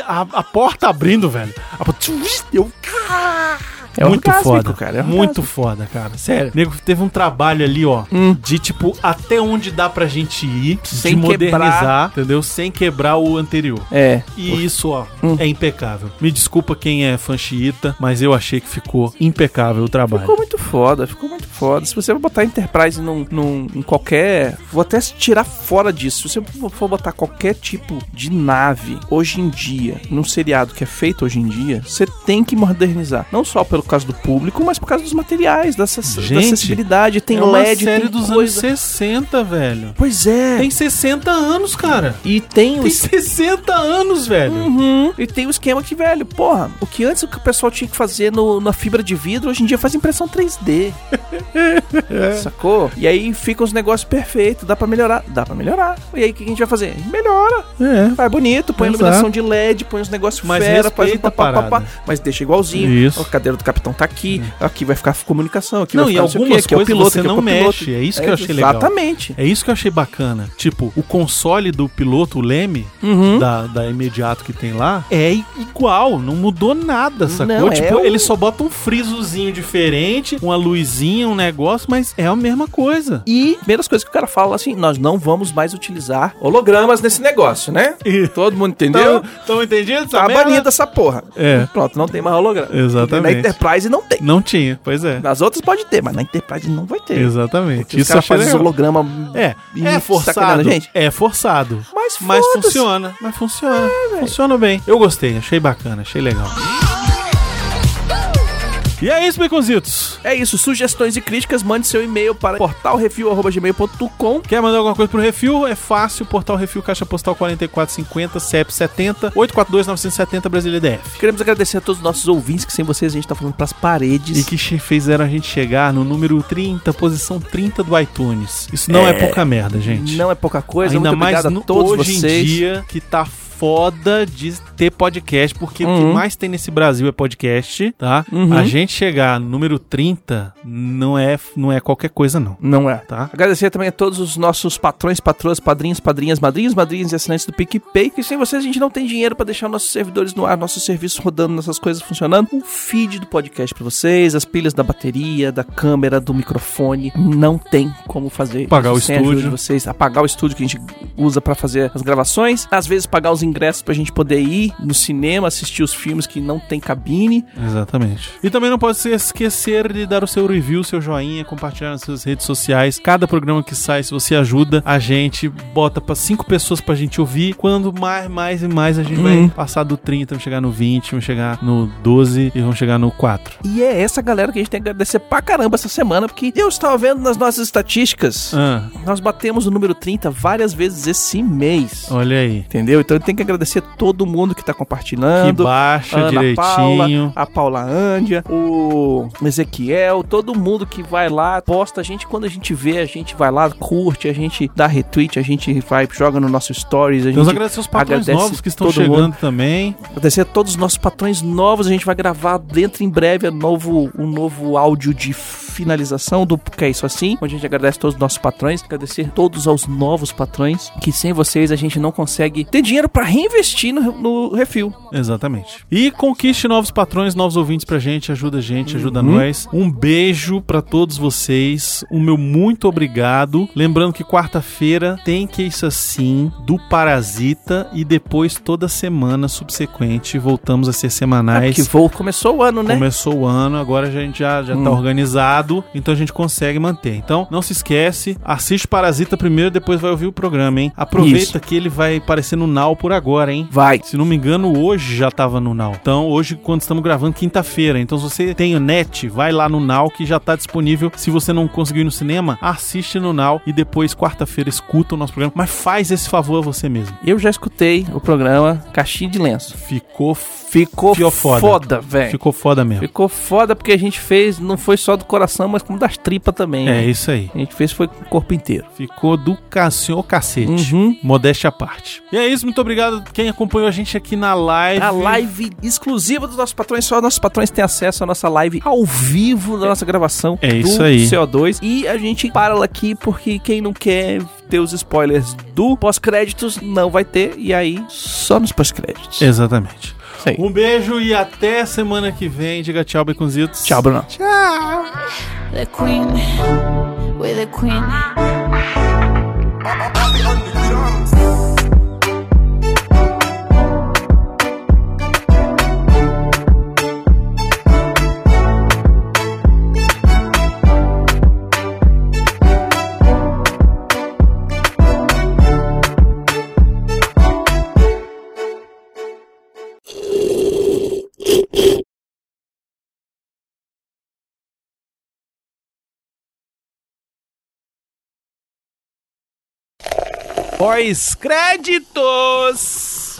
[SPEAKER 1] A, a porta abrindo, velho. A porta, eu,
[SPEAKER 2] É
[SPEAKER 1] muito
[SPEAKER 2] orgásmico,
[SPEAKER 1] foda,
[SPEAKER 2] cara, é
[SPEAKER 1] muito foda, cara. Sério. Nego, teve um trabalho ali, ó, de tipo até onde dá pra gente ir,
[SPEAKER 2] Hum. Sem
[SPEAKER 1] de modernizar,
[SPEAKER 2] quebrar.
[SPEAKER 1] entendeu? Sem quebrar o anterior.
[SPEAKER 2] É.
[SPEAKER 1] E isso, ó,
[SPEAKER 2] Hum.
[SPEAKER 1] é impecável. Me desculpa quem é fã xiita, mas eu achei que ficou impecável o trabalho.
[SPEAKER 2] Ficou muito foda, ficou muito foda. Se você botar Enterprise num, num- em qualquer. Vou até tirar fora disso. Se você for botar qualquer tipo de nave hoje em dia, num seriado que é feito hoje em dia, você tem que modernizar. Não só pelo caso do público, mas por causa dos materiais, da, acess- da
[SPEAKER 1] Gente,
[SPEAKER 2] acessibilidade. Tem
[SPEAKER 1] é uma
[SPEAKER 2] assim, LED,
[SPEAKER 1] série
[SPEAKER 2] tem
[SPEAKER 1] dos
[SPEAKER 2] coisa.
[SPEAKER 1] anos 60, velho.
[SPEAKER 2] Pois é.
[SPEAKER 1] Tem 60 anos, cara.
[SPEAKER 2] E tem
[SPEAKER 1] Tem
[SPEAKER 2] os
[SPEAKER 1] 60 anos, velho.
[SPEAKER 2] Uhum. E tem o esquema que, velho, porra, o que antes o que o pessoal tinha que fazer no- na fibra de vidro, hoje em dia faz impressão 3D. Sacou? E aí ficam os negócios perfeitos, dá pra melhorar? Dá pra melhorar. E aí o que a gente vai fazer? Melhora.
[SPEAKER 1] É.
[SPEAKER 2] Vai bonito, põe
[SPEAKER 1] Exato.
[SPEAKER 2] iluminação de LED, põe os negócios
[SPEAKER 1] Mas
[SPEAKER 2] fera, faz um
[SPEAKER 1] respeita a
[SPEAKER 2] papapá,
[SPEAKER 1] parada.
[SPEAKER 2] mas deixa igualzinho.
[SPEAKER 1] Isso. Hum.
[SPEAKER 2] Ó, A cadeira do capitão tá aqui, aqui vai ficar comunicação, aqui
[SPEAKER 1] Não,
[SPEAKER 2] vai
[SPEAKER 1] e
[SPEAKER 2] ficar sei o quê,
[SPEAKER 1] algumas
[SPEAKER 2] aqui é o
[SPEAKER 1] coisas
[SPEAKER 2] piloto,
[SPEAKER 1] você
[SPEAKER 2] aqui é o
[SPEAKER 1] não
[SPEAKER 2] piloto.
[SPEAKER 1] mexe. É isso que eu achei legal.
[SPEAKER 2] Exatamente.
[SPEAKER 1] É isso que eu achei bacana. Tipo, o console do piloto, o Leme,
[SPEAKER 2] Uhum.
[SPEAKER 1] da, da Imediato que tem lá, é i- igual, não mudou nada, sacou?
[SPEAKER 2] Não, é
[SPEAKER 1] tipo,
[SPEAKER 2] o-
[SPEAKER 1] ele só bota um frisozinho diferente, uma luzinha, um negócio, mas é a mesma coisa.
[SPEAKER 2] E primeiras coisas que o cara fala assim, nós não vamos mais utilizar hologramas nesse negócio, né?
[SPEAKER 1] E-
[SPEAKER 2] Todo mundo entendeu?
[SPEAKER 1] Estão entendidos? essa
[SPEAKER 2] Tá
[SPEAKER 1] merda?
[SPEAKER 2] banido essa porra.
[SPEAKER 1] É.
[SPEAKER 2] Pronto, não tem mais holograma.
[SPEAKER 1] Exatamente.
[SPEAKER 2] Na Enterprise não tem.
[SPEAKER 1] Não tinha, pois é.
[SPEAKER 2] Nas outras pode ter, mas na Enterprise não vai ter.
[SPEAKER 1] Exatamente.
[SPEAKER 2] Tá Os
[SPEAKER 1] Isso eu
[SPEAKER 2] caras
[SPEAKER 1] achei
[SPEAKER 2] fazem os
[SPEAKER 1] legal.
[SPEAKER 2] holograma.
[SPEAKER 1] É,
[SPEAKER 2] Ih,
[SPEAKER 1] é
[SPEAKER 2] que
[SPEAKER 1] forçado.
[SPEAKER 2] sacanagem, gente.
[SPEAKER 1] É forçado.
[SPEAKER 2] Mas
[SPEAKER 1] Mas
[SPEAKER 2] foda-se.
[SPEAKER 1] funciona. Mas funciona. funciona bem. Eu gostei, achei bacana, achei legal. E é isso, Beconzitos.
[SPEAKER 2] É isso, sugestões e críticas, mande seu e-mail para portalrefil.gmail.com
[SPEAKER 1] Quer mandar alguma coisa pro Refil? É fácil. Portal Refil, Caixa Postal 4450, CEP 70, 842-970, Brasília DF.
[SPEAKER 2] Queremos agradecer a todos os nossos ouvintes, que sem vocês a gente tá falando pras paredes.
[SPEAKER 1] E que che- fizeram a gente chegar no número 30, posição 30 do iTunes. Isso não é, pouca merda, gente.
[SPEAKER 2] Não é pouca coisa,
[SPEAKER 1] Ainda
[SPEAKER 2] muito
[SPEAKER 1] mais
[SPEAKER 2] obrigado
[SPEAKER 1] no-
[SPEAKER 2] a todos
[SPEAKER 1] hoje
[SPEAKER 2] vocês.
[SPEAKER 1] em dia que tá foda de ter podcast, porque o
[SPEAKER 2] Uhum.
[SPEAKER 1] que mais tem nesse Brasil é podcast, tá?
[SPEAKER 2] Uhum.
[SPEAKER 1] A gente chegar no número 30 não é, não é qualquer coisa, não,
[SPEAKER 2] Não é.
[SPEAKER 1] tá?
[SPEAKER 2] Agradecer também a todos os nossos patrões, patroas, padrinhos, padrinhas, madrinhos, madrinhas e assinantes do PicPay, que sem vocês a gente não tem dinheiro pra deixar nossos servidores no ar, nossos serviços rodando, nossas coisas funcionando. O feed do podcast pra vocês, as pilhas da bateria, da câmera, do microfone, não tem como fazer.
[SPEAKER 1] Pagar
[SPEAKER 2] isso
[SPEAKER 1] o
[SPEAKER 2] sem a ajuda
[SPEAKER 1] estúdio.
[SPEAKER 2] de vocês, apagar o estúdio que a gente usa pra fazer as gravações, às vezes pagar os ingressos pra gente poder ir no cinema assistir os filmes que não tem cabine.
[SPEAKER 1] Exatamente. E também não pode se esquecer de dar o seu review, seu joinha, compartilhar nas suas redes sociais. Cada programa que sai, se você ajuda, a gente bota pra cinco pessoas pra gente ouvir. Quando mais, mais e mais a gente vai
[SPEAKER 2] Uhum.
[SPEAKER 1] passar do 30, vamos chegar no 20, vamos chegar no 12 e vamos chegar no 4.
[SPEAKER 2] E é essa galera que a gente tem que agradecer pra caramba essa semana, porque eu estava vendo nas nossas estatísticas.
[SPEAKER 1] Ah,
[SPEAKER 2] Nós batemos o número 30 várias vezes esse mês.
[SPEAKER 1] olha aí.
[SPEAKER 2] Entendeu? Então eu tenho que agradecer todo mundo que tá
[SPEAKER 1] Que
[SPEAKER 2] compartilhando.
[SPEAKER 1] baixa
[SPEAKER 2] Ana Paula,
[SPEAKER 1] direitinho.
[SPEAKER 2] a Paula Ândia, o Ezequiel, todo mundo que vai lá, posta a gente quando a gente vê, a gente vai lá, curte, a gente dá retweet, a gente vai, joga no nosso stories, a
[SPEAKER 1] Vamos
[SPEAKER 2] gente
[SPEAKER 1] agradecer os patrões
[SPEAKER 2] agradece
[SPEAKER 1] novos que estão
[SPEAKER 2] todo
[SPEAKER 1] chegando
[SPEAKER 2] mundo.
[SPEAKER 1] também.
[SPEAKER 2] agradecer a todos os nossos patrões novos, a gente vai gravar dentro em breve um é novo, um novo áudio de finalização do Que É Isso Assim, onde a gente agradece todos os nossos patrões, agradecer todos aos novos patrões, que sem vocês a gente não consegue ter dinheiro pra reinvestir no, no refil.
[SPEAKER 1] Exatamente. E conquiste novos patrões, novos ouvintes pra gente, ajuda a gente, ajuda nós. Um beijo pra todos vocês. O meu muito obrigado. Lembrando que quarta-feira tem que isso assim do Parasita e depois toda semana subsequente voltamos a ser
[SPEAKER 2] É
[SPEAKER 1] semanais.
[SPEAKER 2] porque voo começou o ano, né?
[SPEAKER 1] Começou o ano, agora a gente já, já tá
[SPEAKER 2] Hum.
[SPEAKER 1] organizado, então a gente consegue manter. Então, não se esquece, assiste Parasita primeiro, depois vai ouvir o programa, hein? Aproveita
[SPEAKER 2] Isso.
[SPEAKER 1] que ele vai aparecer no Now por agora, hein?
[SPEAKER 2] Vai.
[SPEAKER 1] Se não me engano, hoje já tava no Now. Então, hoje, quando estamos gravando, quinta-feira. Então, se você tem o net, vai lá no Now, que já tá disponível. Se você não conseguiu ir no cinema, assiste no Now e depois, quarta-feira, escuta o nosso programa. Mas faz esse favor a você mesmo.
[SPEAKER 2] Eu já escutei o programa Caixinha de Lenço.
[SPEAKER 1] Ficou f...
[SPEAKER 2] Ficou
[SPEAKER 1] Fio
[SPEAKER 2] foda,
[SPEAKER 1] foda.
[SPEAKER 2] velho. Ficou...
[SPEAKER 1] Ficou foda mesmo.
[SPEAKER 2] foda porque a gente fez, não foi só do coração, mas como das tripas também.
[SPEAKER 1] É
[SPEAKER 2] né?
[SPEAKER 1] isso aí.
[SPEAKER 2] A gente fez foi com o corpo inteiro.
[SPEAKER 1] Ficou do ca- senhor cacete.
[SPEAKER 2] Uhum.
[SPEAKER 1] Modéstia à parte. E é isso, muito obrigado a quem acompanhou a gente aqui na live.
[SPEAKER 2] A live exclusiva dos nossos patrões, só nossos patrões têm acesso à nossa live ao vivo da nossa gravação
[SPEAKER 1] É
[SPEAKER 2] do
[SPEAKER 1] isso aí.
[SPEAKER 2] CO2. E a gente para ela aqui porque quem não quer ter os spoilers do pós-créditos não vai ter. E aí, só nos pós-créditos.
[SPEAKER 1] É. Exatamente.
[SPEAKER 2] Isso aí.
[SPEAKER 1] Um beijo e até semana que vem. Diga tchau, Baconzitos.
[SPEAKER 2] Tchau, Bruno.
[SPEAKER 4] The queen, we're the queen.
[SPEAKER 2] Pós-créditos!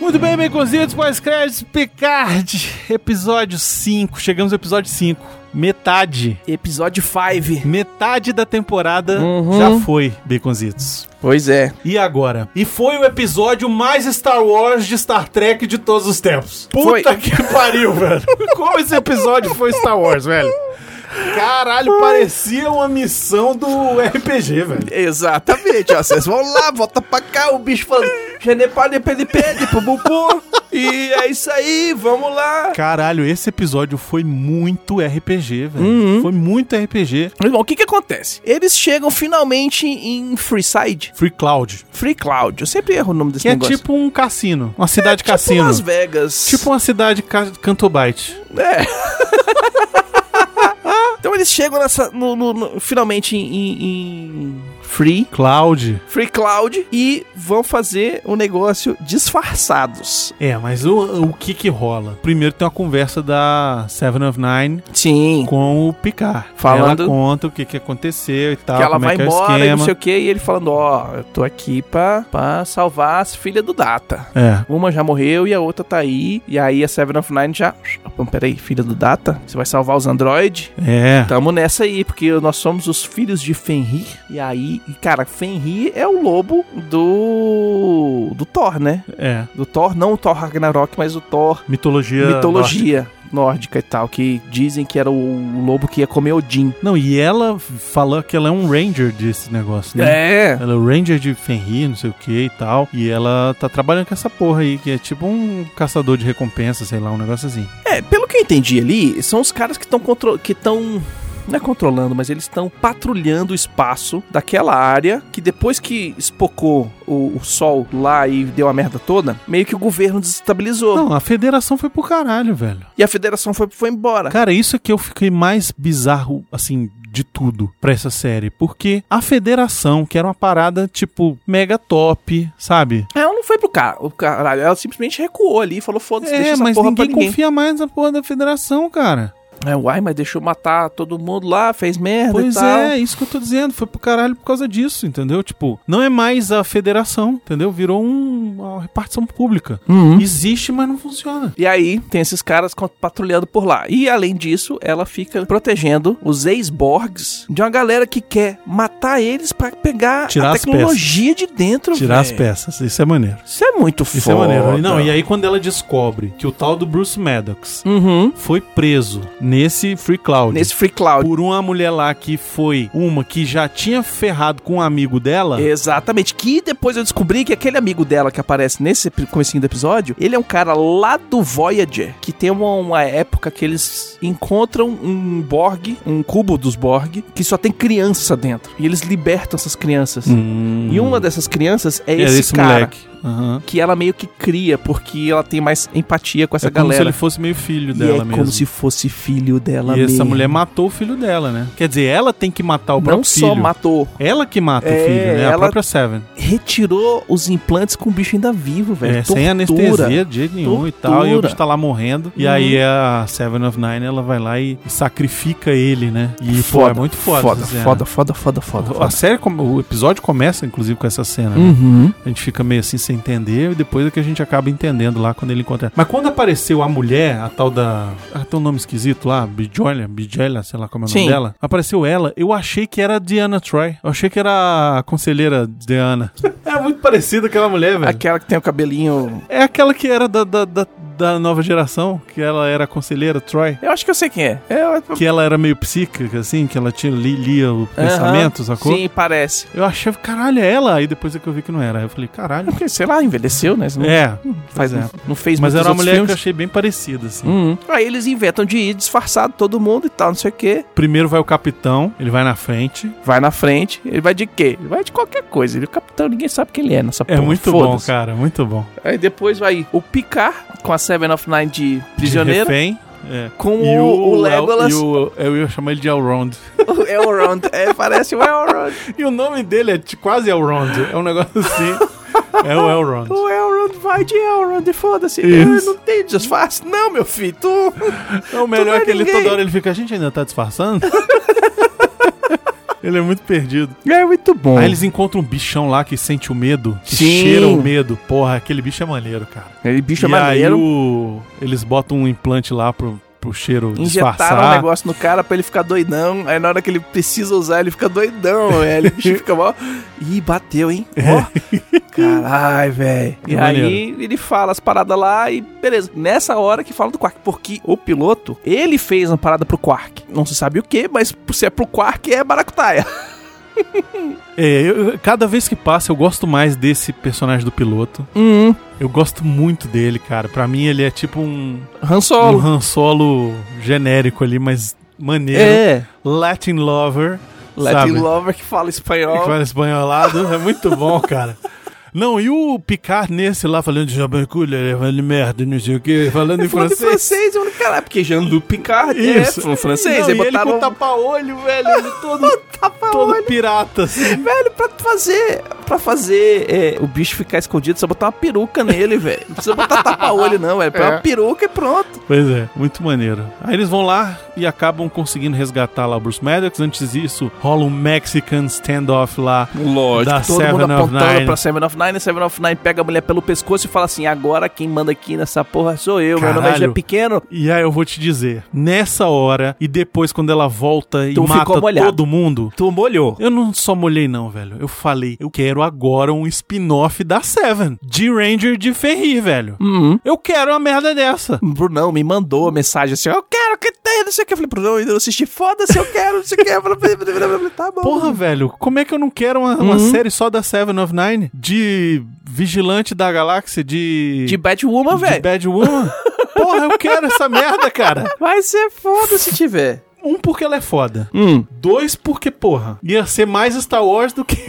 [SPEAKER 1] Muito bem, Baconzitos, pós-créditos, Picard, episódio 5. Chegamos ao episódio 5. Metade.
[SPEAKER 2] Episódio 5.
[SPEAKER 1] Metade da temporada
[SPEAKER 2] Uhum.
[SPEAKER 1] já foi, Baconzitos.
[SPEAKER 2] Pois é.
[SPEAKER 1] E agora? E foi o episódio mais Star Wars de Star Trek de todos os tempos. Puta
[SPEAKER 2] Foi.
[SPEAKER 1] que pariu, velho. Como esse episódio foi Star Wars, velho? Caralho, parecia uma missão do RPG, velho.
[SPEAKER 5] Exatamente, ó. Vocês vão lá, volta pra cá, o bicho falando.
[SPEAKER 2] Genepade, pede, pede, pupupu. E é isso aí, vamos lá.
[SPEAKER 1] Caralho, esse episódio foi muito RPG, velho. Foi muito RPG.
[SPEAKER 2] Mas, bom, o que que acontece? Eles chegam finalmente em Freeside,
[SPEAKER 1] Free Cloud.
[SPEAKER 2] Free Cloud. Eu sempre erro o nome desse
[SPEAKER 1] Que
[SPEAKER 2] negócio.
[SPEAKER 1] é tipo um cassino. Uma cidade
[SPEAKER 2] Tipo
[SPEAKER 1] cassino.
[SPEAKER 2] Las Vegas.
[SPEAKER 1] Tipo um- uma cidade ca Cantobite.
[SPEAKER 2] É. então eles chegam nessa, no, no- no- finalmente em, em Free,
[SPEAKER 1] Cloud.
[SPEAKER 2] Free Cloud e vão fazer o negócio disfarçados.
[SPEAKER 1] É, mas o, o que que rola? Primeiro tem uma conversa da Seven of Nine
[SPEAKER 2] Sim.
[SPEAKER 1] com o Picard.
[SPEAKER 2] Falando-
[SPEAKER 1] Ela conta o que que aconteceu e tal,
[SPEAKER 2] que ela
[SPEAKER 1] como
[SPEAKER 2] vai
[SPEAKER 1] é que
[SPEAKER 2] embora
[SPEAKER 1] é o
[SPEAKER 2] e não
[SPEAKER 1] esquema.
[SPEAKER 2] sei o que, e ele falando, ó, eu tô aqui pra, pra salvar as filhas do Data.
[SPEAKER 1] É.
[SPEAKER 2] Uma já morreu e a outra tá aí, e aí a Seven of Nine já... Opa, peraí, filha do Data? Você vai salvar os android?
[SPEAKER 1] É.
[SPEAKER 2] Tamo nessa aí, porque nós somos os filhos de Fenrir, e aí... E cara, Fenrir é o lobo do... do Thor, né?
[SPEAKER 1] É.
[SPEAKER 2] Do Thor, não o Thor Ragnarok, mas o Thor
[SPEAKER 1] Mitologia.
[SPEAKER 2] mitologia nórdica e tal, que dizem que era o lobo que ia comer Odin.
[SPEAKER 1] Não, e ela fala que ela é um ranger desse negócio, né?
[SPEAKER 2] É,
[SPEAKER 1] Ela é o ranger de Fenrir, não sei o que e tal. E ela tá trabalhando com essa porra aí, que é tipo um caçador de recompensa, sei lá, um negócio assim.
[SPEAKER 2] É, pelo que eu entendi ali, são os caras que estão que estão não é controlando, mas eles estão patrulhando o espaço daquela área que depois que espocou o, o sol lá e deu a merda toda, meio que o governo desestabilizou.
[SPEAKER 1] Não, a federação foi pro caralho, velho.
[SPEAKER 2] E a federação foi, foi embora.
[SPEAKER 1] Cara, isso é que eu fiquei mais bizarro, assim, de tudo pra essa série. Porque a federação, que era uma parada, tipo, mega top, sabe?
[SPEAKER 2] Ela não foi pro ca- o caralho, ela simplesmente recuou ali e falou: foda-se, deixa
[SPEAKER 1] É,
[SPEAKER 2] essa
[SPEAKER 1] mas
[SPEAKER 2] porra pra
[SPEAKER 1] ninguém
[SPEAKER 2] ninguém.
[SPEAKER 1] confia mais na porra da federação, cara.
[SPEAKER 2] É, uai, mas deixou matar todo mundo lá, fez merda
[SPEAKER 1] Pois
[SPEAKER 2] e tal.
[SPEAKER 1] é, isso que eu tô dizendo. Foi pro caralho por causa disso, entendeu? Tipo, não é mais a federação, entendeu? Virou um- uma repartição pública.
[SPEAKER 2] Uhum. Hum?
[SPEAKER 1] Existe, mas não funciona.
[SPEAKER 2] E aí, tem esses caras co- patrulhando por lá. E além disso, ela fica protegendo os ex-Borgs de uma galera que quer matar eles pra pegar
[SPEAKER 1] Tirar
[SPEAKER 2] a
[SPEAKER 1] as
[SPEAKER 2] tecnologia de dentro,
[SPEAKER 1] Tirar as
[SPEAKER 2] véi.
[SPEAKER 1] peças. Isso é maneiro.
[SPEAKER 2] Isso é muito foda.
[SPEAKER 1] Isso é maneiro. Não, e aí quando ela descobre que o tal do Bruce Maddox
[SPEAKER 2] Uhum.
[SPEAKER 1] foi preso nesse Free Cloud.
[SPEAKER 2] Nesse Free Cloud.
[SPEAKER 1] Por uma mulher lá que foi uma que já tinha ferrado com um amigo dela.
[SPEAKER 2] É. Exatamente. Que depois eu descobri que aquele amigo dela que aparece nesse pri- comecinho do episódio, ele é um cara lá do Voyager, que tem uma, uma época que eles encontram um Borg, um cubo dos Borg, que só tem criança dentro. E eles libertam essas crianças.
[SPEAKER 1] Hum.
[SPEAKER 2] E uma dessas crianças é,
[SPEAKER 1] é
[SPEAKER 2] esse,
[SPEAKER 1] esse,
[SPEAKER 2] cara.
[SPEAKER 1] moleque. Aham.
[SPEAKER 2] Que ela meio que cria, porque ela tem mais empatia com essa
[SPEAKER 1] É como se
[SPEAKER 2] galera.
[SPEAKER 1] ele fosse meio filho
[SPEAKER 2] e
[SPEAKER 1] dela
[SPEAKER 2] é
[SPEAKER 1] mesmo.
[SPEAKER 2] como se fosse filho dela
[SPEAKER 1] e essa
[SPEAKER 2] mesmo.
[SPEAKER 1] mulher matou o filho dela, né? Quer dizer, ela tem que matar o
[SPEAKER 2] não
[SPEAKER 1] próprio filho.
[SPEAKER 2] só matou,
[SPEAKER 1] Ela que mata
[SPEAKER 2] É,
[SPEAKER 1] o filho, né?
[SPEAKER 2] ela-
[SPEAKER 1] A própria Seven.
[SPEAKER 2] retirou os implantes com o bicho ainda vivo, velho.
[SPEAKER 1] É,
[SPEAKER 2] Tortura.
[SPEAKER 1] sem anestesia de jeito nenhum e tal. E o
[SPEAKER 2] Tortura.
[SPEAKER 1] bicho tá lá morrendo. E
[SPEAKER 2] Uhum.
[SPEAKER 1] aí a Seven of Nine, ela vai lá e sacrifica ele, né? E, pô, é muito foda.
[SPEAKER 2] Foda,
[SPEAKER 1] essa cena.
[SPEAKER 2] foda, foda, foda, foda,
[SPEAKER 1] A
[SPEAKER 2] foda.
[SPEAKER 1] série, como- o episódio começa, inclusive, com essa cena, né?
[SPEAKER 2] Uhum.
[SPEAKER 1] A gente fica meio assim sem entender e depois é que a gente acaba entendendo lá quando ele encontra. Mas quando apareceu a mulher, a tal da. Ah, tem um nome esquisito lá, Bijolia, Bijolia, sei lá como é o
[SPEAKER 2] Sim.
[SPEAKER 1] nome dela. Apareceu ela, eu achei que era a Diana Troy. Eu achei que era a conselheira Diana. é muito parecida aquela mulher, velho.
[SPEAKER 2] Aquela que tem o cabelinho.
[SPEAKER 1] É aquela que era da, da, da, da nova geração, que ela era a conselheira Troy.
[SPEAKER 2] Eu acho que eu sei quem é. É o
[SPEAKER 1] Que ela era meio psíquica, assim, que ela tinha, li- lia o pensamento, sacou?
[SPEAKER 2] Sim, parece.
[SPEAKER 1] Eu achei, caralho, é ela. Aí depois é que eu vi que não era. Aí eu falei, caralho.
[SPEAKER 2] Porque, sei lá, envelheceu, né? Não,
[SPEAKER 1] É,
[SPEAKER 2] faz,
[SPEAKER 1] é.
[SPEAKER 2] não, não fez
[SPEAKER 1] Mas
[SPEAKER 2] muitos
[SPEAKER 1] era uma
[SPEAKER 2] outros
[SPEAKER 1] mulher que eu
[SPEAKER 2] filmes.
[SPEAKER 1] achei bem parecida, assim.
[SPEAKER 2] Uhum. Aí eles inventam de ir disfarçado todo mundo e tal, não sei o quê.
[SPEAKER 1] Primeiro vai o capitão, ele vai na frente.
[SPEAKER 2] vai na frente, ele vai de quê? Ele vai de qualquer coisa. Ele é o capitão, ninguém sabe quem ele é nessa
[SPEAKER 1] É
[SPEAKER 2] porra,
[SPEAKER 1] muito bom,
[SPEAKER 2] foda-se.
[SPEAKER 1] cara, muito bom.
[SPEAKER 2] Aí depois vai o Picard com a Seven of Nine de
[SPEAKER 1] De
[SPEAKER 2] prisioneiro,
[SPEAKER 1] refém, é.
[SPEAKER 2] com o, o Legolas,
[SPEAKER 1] E o, eu ia chamar ele de Elrond.
[SPEAKER 2] o Elrond. É, parece o Elrond.
[SPEAKER 1] E o nome dele é t- quase Elrond. É um negócio assim. é o Elrond.
[SPEAKER 2] O Elrond vai de Elrond, foda-se.
[SPEAKER 1] Isso.
[SPEAKER 2] Eu não tem disfarce. Não, meu filho, tu...
[SPEAKER 1] É o melhor
[SPEAKER 2] não é
[SPEAKER 1] que ele
[SPEAKER 2] ninguém.
[SPEAKER 1] toda hora ele fica, a gente ainda tá disfarçando? ele é muito perdido.
[SPEAKER 2] É muito bom.
[SPEAKER 1] Aí eles encontram um bichão lá que sente o medo, que
[SPEAKER 2] Sim.
[SPEAKER 1] cheira o medo. Porra, aquele bicho é maneiro, cara.
[SPEAKER 2] Ele bicho é
[SPEAKER 1] e
[SPEAKER 2] maneiro.
[SPEAKER 1] aí o- eles botam um implante lá pro, pro cheiro
[SPEAKER 2] Injetaram um
[SPEAKER 1] disfarçar.
[SPEAKER 2] negócio no cara pra ele ficar doidão. Aí na hora que ele precisa usar, ele fica doidão, velho. O bicho fica mó. Ih, bateu, hein? Ó.
[SPEAKER 1] É.
[SPEAKER 2] Caralho, velho. E
[SPEAKER 1] Que
[SPEAKER 2] aí ele fala as paradas lá e beleza. Nessa hora que fala do Quark, porque o piloto, ele fez uma parada pro Quark. Não se sabe o que, mas se é pro Quark, é baracutaia.
[SPEAKER 1] É, eu- eu- cada vez que passa eu gosto mais desse personagem do piloto.
[SPEAKER 2] Hum,
[SPEAKER 1] Eu gosto muito dele, cara. Pra mim ele é tipo um,
[SPEAKER 2] Han
[SPEAKER 1] um
[SPEAKER 2] Solo.
[SPEAKER 1] Han Solo genérico ali, mas maneiro.
[SPEAKER 2] É.
[SPEAKER 1] Latin Lover,
[SPEAKER 2] Latin
[SPEAKER 1] Um sabe?
[SPEAKER 2] Lover que fala
[SPEAKER 1] Que
[SPEAKER 2] espanhol.
[SPEAKER 1] fala espanholado. É muito bom, cara. Não, e o Picard nesse lá falando de jabancula, falando merda, não sei o que, falando em
[SPEAKER 2] Falando em
[SPEAKER 1] francês.
[SPEAKER 2] francês, eu falei, caralho, porque Jean-Luc Picard
[SPEAKER 1] Isso.
[SPEAKER 2] é fran- francês.
[SPEAKER 1] Não,
[SPEAKER 2] aí
[SPEAKER 1] e ele
[SPEAKER 2] botaram um
[SPEAKER 1] com tapa-olho, velho. Ele todo, todo pirata, assim.
[SPEAKER 2] Velho, pra fazer. Pra fazer é, o bicho ficar escondido, só botar uma peruca nele, velho. Não precisa botar tapa-olho, não, velho. Põe uma peruca e pronto.
[SPEAKER 1] Pois é, muito maneiro. Aí eles vão lá e acabam conseguindo resgatar lá o Bruce Maddox. Antes disso, rola um Mexican standoff lá.
[SPEAKER 2] Lógico,
[SPEAKER 1] Da
[SPEAKER 2] todo mundo
[SPEAKER 1] Seven of
[SPEAKER 2] apontando
[SPEAKER 1] Nine.
[SPEAKER 2] pra Seven of Nine, a Seven of Nine pega a mulher pelo pescoço e fala assim: agora quem manda aqui nessa porra sou eu, meu nome é
[SPEAKER 1] Caralho.
[SPEAKER 2] Jean Pequeno.
[SPEAKER 1] E aí eu vou te dizer, nessa hora e depois quando ela volta e
[SPEAKER 2] Tu Então ficou
[SPEAKER 1] mata
[SPEAKER 2] molhado.
[SPEAKER 1] todo mundo,
[SPEAKER 2] Tu molhou.
[SPEAKER 1] eu não só molhei não, velho. Eu falei, eu quero agora um spin-off da Seven, de Ranger de Ferri, velho.
[SPEAKER 2] Uhum.
[SPEAKER 1] Eu quero uma merda dessa.
[SPEAKER 2] Brunão me mandou uma mensagem assim: eu quero que tenha, não sei o que. Eu falei, Brunão, eu ainda não assisti, foda-se, eu quero, não sei o que. Eu falei, tá bom.
[SPEAKER 1] Porra, velho, como é que eu não quero uma, uma
[SPEAKER 2] Uhum.
[SPEAKER 1] série só da Seven of Nine? De Vigilante da Galáxia, de...
[SPEAKER 2] De Batwoman,
[SPEAKER 1] de
[SPEAKER 2] velho.
[SPEAKER 1] Bad Woman? Porra, eu quero essa merda, cara.
[SPEAKER 2] Vai ser foda se tiver.
[SPEAKER 1] Um, porque ela é foda.
[SPEAKER 2] Hum.
[SPEAKER 1] Dois, porque, porra, ia ser mais Star Wars do que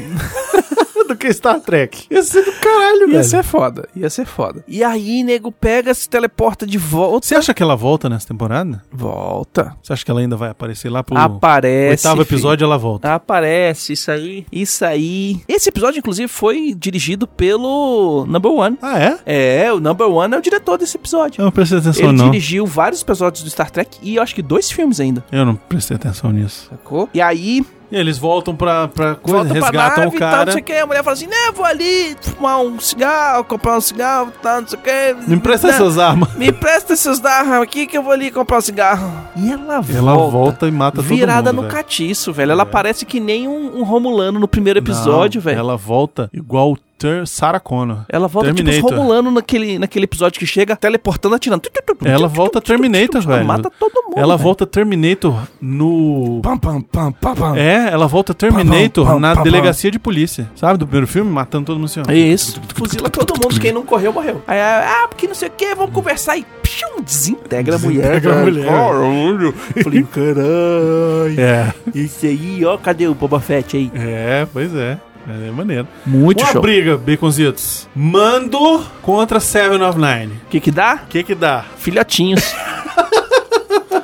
[SPEAKER 1] do que Star Trek. Ia ser do caralho,
[SPEAKER 2] Ia
[SPEAKER 1] velho.
[SPEAKER 2] ser foda, ia ser foda. E aí, nego, pega, se teleporta de volta.
[SPEAKER 1] Você acha que ela volta nessa temporada?
[SPEAKER 2] Volta.
[SPEAKER 1] Você acha que ela ainda vai aparecer lá pro
[SPEAKER 2] Aparece.
[SPEAKER 1] oitavo
[SPEAKER 2] filho.
[SPEAKER 1] episódio ela volta?
[SPEAKER 2] Aparece, isso aí. Isso aí. Esse episódio, inclusive, foi dirigido pelo Number One.
[SPEAKER 1] Ah, é?
[SPEAKER 2] É, o Number One é o diretor desse episódio.
[SPEAKER 1] Eu não prestei atenção,
[SPEAKER 2] Ele
[SPEAKER 1] não.
[SPEAKER 2] dirigiu vários episódios do Star Trek e eu acho que dois filmes ainda.
[SPEAKER 1] Eu não prestei atenção nisso.
[SPEAKER 2] Sacou? E aí,
[SPEAKER 1] E eles voltam pra, pra coisa,
[SPEAKER 2] volta pra
[SPEAKER 1] resgatam o
[SPEAKER 2] nave e tal, não
[SPEAKER 1] cara.
[SPEAKER 2] sei o que. A mulher fala assim, né, eu vou ali fumar um cigarro, comprar um cigarro, tal, não sei o que.
[SPEAKER 1] Me empresta
[SPEAKER 2] Né?
[SPEAKER 1] essas armas.
[SPEAKER 2] Me empresta seus darras aqui que eu vou ali comprar um cigarro. E ela,
[SPEAKER 1] Ela volta e mata todo mundo.
[SPEAKER 2] virada no
[SPEAKER 1] velho.
[SPEAKER 2] catiço, velho. Ela
[SPEAKER 1] É.
[SPEAKER 2] parece que nem um, um Romulano no primeiro episódio,
[SPEAKER 1] Não,
[SPEAKER 2] velho. Ela...
[SPEAKER 1] Ela volta igual o Ter Sarah Connor.
[SPEAKER 2] volta tipo os
[SPEAKER 1] Terminator.
[SPEAKER 2] Romulano naquele, naquele episódio que chega, teleportando, atirando.
[SPEAKER 1] Ela volta Terminator, velho.
[SPEAKER 2] tipo Mata todo mundo.
[SPEAKER 1] Ela
[SPEAKER 2] velho.
[SPEAKER 1] volta Terminator no.
[SPEAKER 2] Pam, pam, pam, pam, pam.
[SPEAKER 1] É, ela volta Terminator
[SPEAKER 2] Pam, pam,
[SPEAKER 1] na
[SPEAKER 2] pam, pam.
[SPEAKER 1] delegacia de polícia. Sabe, do primeiro filme? Matando todo mundo assim, ó.
[SPEAKER 2] Isso. Fuzila todo mundo, quem não correu morreu. Aí, ah, porque não sei o que, vamos conversar e piu, desintegra,
[SPEAKER 1] Desintegra
[SPEAKER 2] a
[SPEAKER 1] a
[SPEAKER 2] mulher.
[SPEAKER 1] mulher.
[SPEAKER 2] Caralho. Falei, caralho.
[SPEAKER 1] É,
[SPEAKER 2] Isso aí, ó, cadê o Boba Fett aí?
[SPEAKER 1] é, pois é. É maneiro.
[SPEAKER 2] Muito
[SPEAKER 1] Uma
[SPEAKER 2] show.
[SPEAKER 1] briga, baconzitos. Mando contra Seven of Nine.
[SPEAKER 2] O que que dá?
[SPEAKER 1] O que que dá?
[SPEAKER 2] Filhotinhos.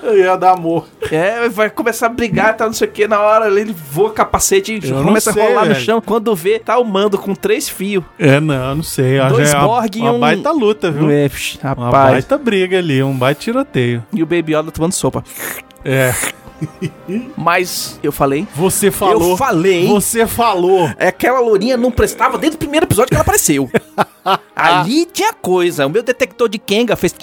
[SPEAKER 1] Ia dar amor.
[SPEAKER 2] É, vai começar a brigar, tá não sei o que, na hora ele voa capacete e
[SPEAKER 1] Eu não
[SPEAKER 2] começa
[SPEAKER 1] sei,
[SPEAKER 2] a rolar no
[SPEAKER 1] velho.
[SPEAKER 2] chão. Quando vê, tá o mando com três fios.
[SPEAKER 1] É, não, não sei. acho
[SPEAKER 2] Dois
[SPEAKER 1] que é uma-
[SPEAKER 2] Borg e
[SPEAKER 1] uma
[SPEAKER 2] um-
[SPEAKER 1] baita luta, viu?
[SPEAKER 2] É, psh,
[SPEAKER 1] Uma
[SPEAKER 2] rapaz.
[SPEAKER 1] baita briga ali, um baita tiroteio.
[SPEAKER 2] E o Baby Yoda tomando sopa.
[SPEAKER 1] É.
[SPEAKER 2] Mas, eu falei.
[SPEAKER 1] Você falou.
[SPEAKER 2] Eu falei, hein?
[SPEAKER 1] Você falou.
[SPEAKER 2] É, Aquela lourinha não prestava desde o primeiro episódio que ela apareceu. Ali tinha coisa. O meu detector de Kenga fez.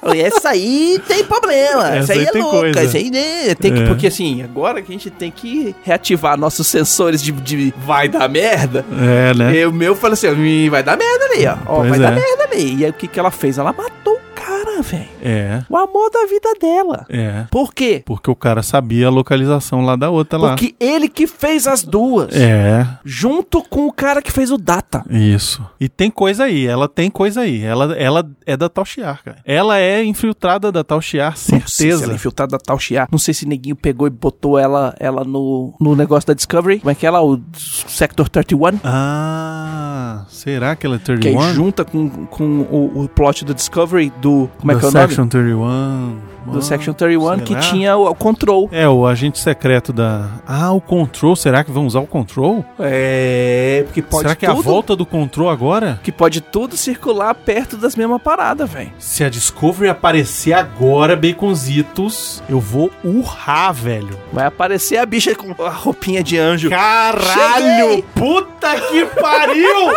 [SPEAKER 2] Falei, Essa aí tem problema. Essa,
[SPEAKER 1] Essa
[SPEAKER 2] aí,
[SPEAKER 1] aí
[SPEAKER 2] é
[SPEAKER 1] tem
[SPEAKER 2] louca.
[SPEAKER 1] coisa."
[SPEAKER 2] Essa aí né, tem que.
[SPEAKER 1] É.
[SPEAKER 2] Porque assim, agora que a gente tem que reativar nossos sensores de- de vai dar merda.
[SPEAKER 1] É, né?
[SPEAKER 2] E o meu falou assim: ó, "Ih, vai dar merda ali, ó. Ó,
[SPEAKER 1] Pois
[SPEAKER 2] vai
[SPEAKER 1] é.
[SPEAKER 2] dar merda ali. E aí o que, que ela fez? Ela matou o cara, velho.
[SPEAKER 1] É,
[SPEAKER 2] O amor da vida dela.
[SPEAKER 1] é.
[SPEAKER 2] Por quê?
[SPEAKER 1] Porque o cara sabia a localização lá da outra lá.
[SPEAKER 2] Porque ele que fez as duas.
[SPEAKER 1] É,
[SPEAKER 2] Junto com o cara que fez o Data.
[SPEAKER 1] isso. E tem coisa aí, ela tem coisa aí. Ela, ela é da Tal Shiar, cara. Ela é infiltrada da Tal Shiar,
[SPEAKER 2] Se ela é
[SPEAKER 1] certeza.
[SPEAKER 2] infiltrada da Tal Shiar. Não sei se neguinho pegou e botou ela, ela no, no negócio da Discovery. Como é que é lá? O Sector 31.
[SPEAKER 1] Ah, será que ela é
[SPEAKER 2] Que aí
[SPEAKER 1] 31?
[SPEAKER 2] junta com, com o, o plot do Discovery do. Como é
[SPEAKER 1] Da
[SPEAKER 2] que é o
[SPEAKER 1] Section 31.
[SPEAKER 2] nome? Do
[SPEAKER 1] Ah,
[SPEAKER 2] Section 31, que
[SPEAKER 1] será?
[SPEAKER 2] tinha o, o Control.
[SPEAKER 1] É, o agente secreto da. Ah, o Control. Será que vão usar o Control?
[SPEAKER 2] É, porque pode
[SPEAKER 1] será que é a
[SPEAKER 2] tudo-
[SPEAKER 1] volta do Control agora?
[SPEAKER 2] que pode tudo circular perto das mesmas paradas, velho.
[SPEAKER 1] Se a Discovery aparecer agora, baconzitos, eu vou urrar, velho.
[SPEAKER 2] Vai aparecer a bicha com a roupinha de anjo.
[SPEAKER 1] Caralho!
[SPEAKER 2] Cheguei!
[SPEAKER 1] Puta que pariu!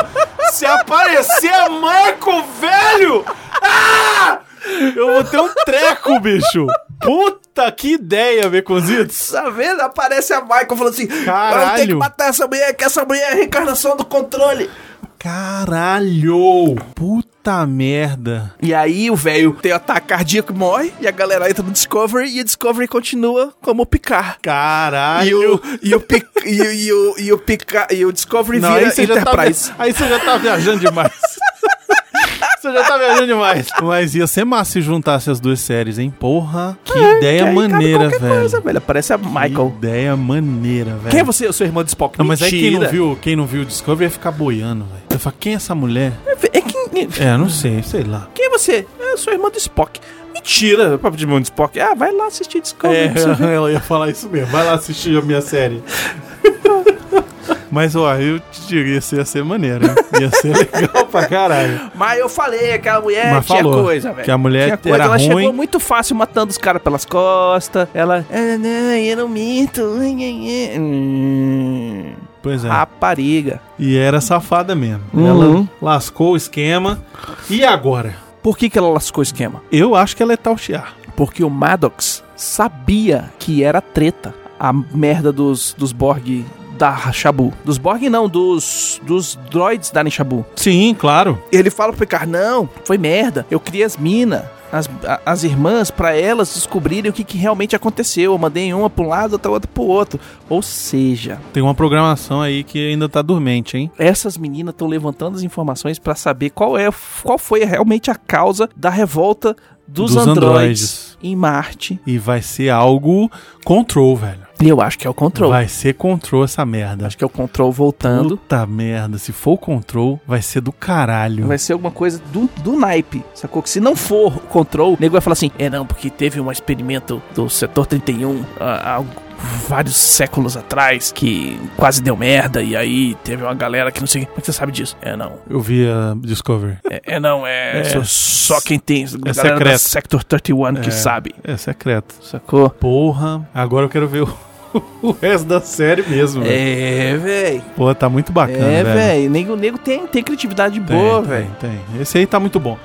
[SPEAKER 1] Se aparecer a Marco, velho! Ah! Eu vou ter um treco, bicho! Puta que ideia, Beconzitos!
[SPEAKER 2] Tá vendo? Aparece a Michael falando assim:
[SPEAKER 1] Caralho.
[SPEAKER 2] "Eu tenho que matar essa mulher, que essa mulher é a reencarnação do controle.
[SPEAKER 1] Caralho! Puta merda!
[SPEAKER 2] E aí o velho tem um ataque cardíaco e morre, e a galera entra no Discovery, e a Discovery continua como picar.
[SPEAKER 1] Caralho!
[SPEAKER 2] E o, e, o pic, e, o, e, o, e o pica- e o Discovery
[SPEAKER 1] Não,
[SPEAKER 2] vira
[SPEAKER 1] aí você, já tá,
[SPEAKER 2] Enterprise.
[SPEAKER 1] via- aí você já tá viajando demais. você já tá viajando demais. Mas ia ser massa se juntasse as duas séries, hein? Porra, que
[SPEAKER 2] E
[SPEAKER 1] ideia
[SPEAKER 2] aí cabe
[SPEAKER 1] maneira,
[SPEAKER 2] qualquer
[SPEAKER 1] velho.
[SPEAKER 2] coisa, velho. Aparece a Michael.
[SPEAKER 1] Que ideia maneira, velho.
[SPEAKER 2] Quem é você? Eu sou irmã de Spock.
[SPEAKER 1] Não, mas aí quem não
[SPEAKER 2] Mentira.
[SPEAKER 1] viu, quem não viu o Discovery ia ficar boiando, velho. Eu falo, quem é essa mulher?
[SPEAKER 2] É quem...
[SPEAKER 1] É, não sei, sei lá.
[SPEAKER 2] Quem é você? Eu sou irmã do Spock. Mentira, papo de irmão do Spock. Ah, vai lá assistir Discovery. pra você ver.
[SPEAKER 1] É, ela ia falar isso mesmo. Vai lá assistir a minha série. Mas, ó, eu te digo, ia ser, ia ser maneiro, hein? Ia ser legal pra caralho.
[SPEAKER 2] Mas eu falei que a mulher
[SPEAKER 1] Mas
[SPEAKER 2] tinha
[SPEAKER 1] falou
[SPEAKER 2] coisa, velho.
[SPEAKER 1] que a mulher
[SPEAKER 2] tinha coisa.
[SPEAKER 1] era
[SPEAKER 2] Ela
[SPEAKER 1] ruim.
[SPEAKER 2] chegou muito fácil matando os caras pelas costas. Ela... Ah, não, eu não minto. Ai, ai, ai. Hum,
[SPEAKER 1] Pois é.
[SPEAKER 2] Rapariga.
[SPEAKER 1] E era safada mesmo.
[SPEAKER 2] Uhum.
[SPEAKER 1] Ela lascou o esquema. E agora?
[SPEAKER 2] Por que, que ela lascou o esquema?
[SPEAKER 1] Eu acho que ela é talchear.
[SPEAKER 2] Porque o Maddox sabia que era treta a merda dos, dos Borg da Shabu. Dos Borg não, dos, dos droids da Shabu.
[SPEAKER 1] Sim, claro.
[SPEAKER 2] Ele fala pro Picard, não, foi merda. Eu criei as minas, as, a- as irmãs, pra elas descobrirem o que, que realmente aconteceu. Eu mandei uma pra um lado, outra, outra pro outro. Ou seja,
[SPEAKER 1] Tem uma programação aí que ainda tá dormente, hein?
[SPEAKER 2] essas meninas estão levantando as informações pra saber qual, é, qual foi realmente a causa da revolta dos,
[SPEAKER 1] Dos
[SPEAKER 2] androides,
[SPEAKER 1] androides.
[SPEAKER 2] em Marte.
[SPEAKER 1] E vai ser algo control, velho.
[SPEAKER 2] E eu acho que é o Control.
[SPEAKER 1] Vai ser Control essa merda.
[SPEAKER 2] Acho que é o Control voltando.
[SPEAKER 1] Puta merda, se for o Control, vai ser do caralho.
[SPEAKER 2] Vai ser alguma coisa do, do naipe, sacou? Que se não for o Control, o nego vai falar assim, é não, porque teve um experimento do setor 31 há, há vários séculos atrás que quase deu merda e aí teve uma galera que não sei... Como é que você sabe disso? É não,
[SPEAKER 1] Eu vi a Discovery.
[SPEAKER 2] é, é não, é,
[SPEAKER 1] É.
[SPEAKER 2] só, só quem tem... É
[SPEAKER 1] secreto.
[SPEAKER 2] Sector 31 que
[SPEAKER 1] É.
[SPEAKER 2] sabe,
[SPEAKER 1] É secreto.
[SPEAKER 2] sacou?
[SPEAKER 1] Porra, agora eu quero ver o, o resto da série mesmo. velho.
[SPEAKER 2] É, véi.
[SPEAKER 1] Pô, tá muito bacana,
[SPEAKER 2] É,
[SPEAKER 1] velho.
[SPEAKER 2] véi. O nego, nego tem, tem criatividade
[SPEAKER 1] Tem,
[SPEAKER 2] boa,
[SPEAKER 1] tem,
[SPEAKER 2] velho.
[SPEAKER 1] Tem. Esse aí tá muito bom.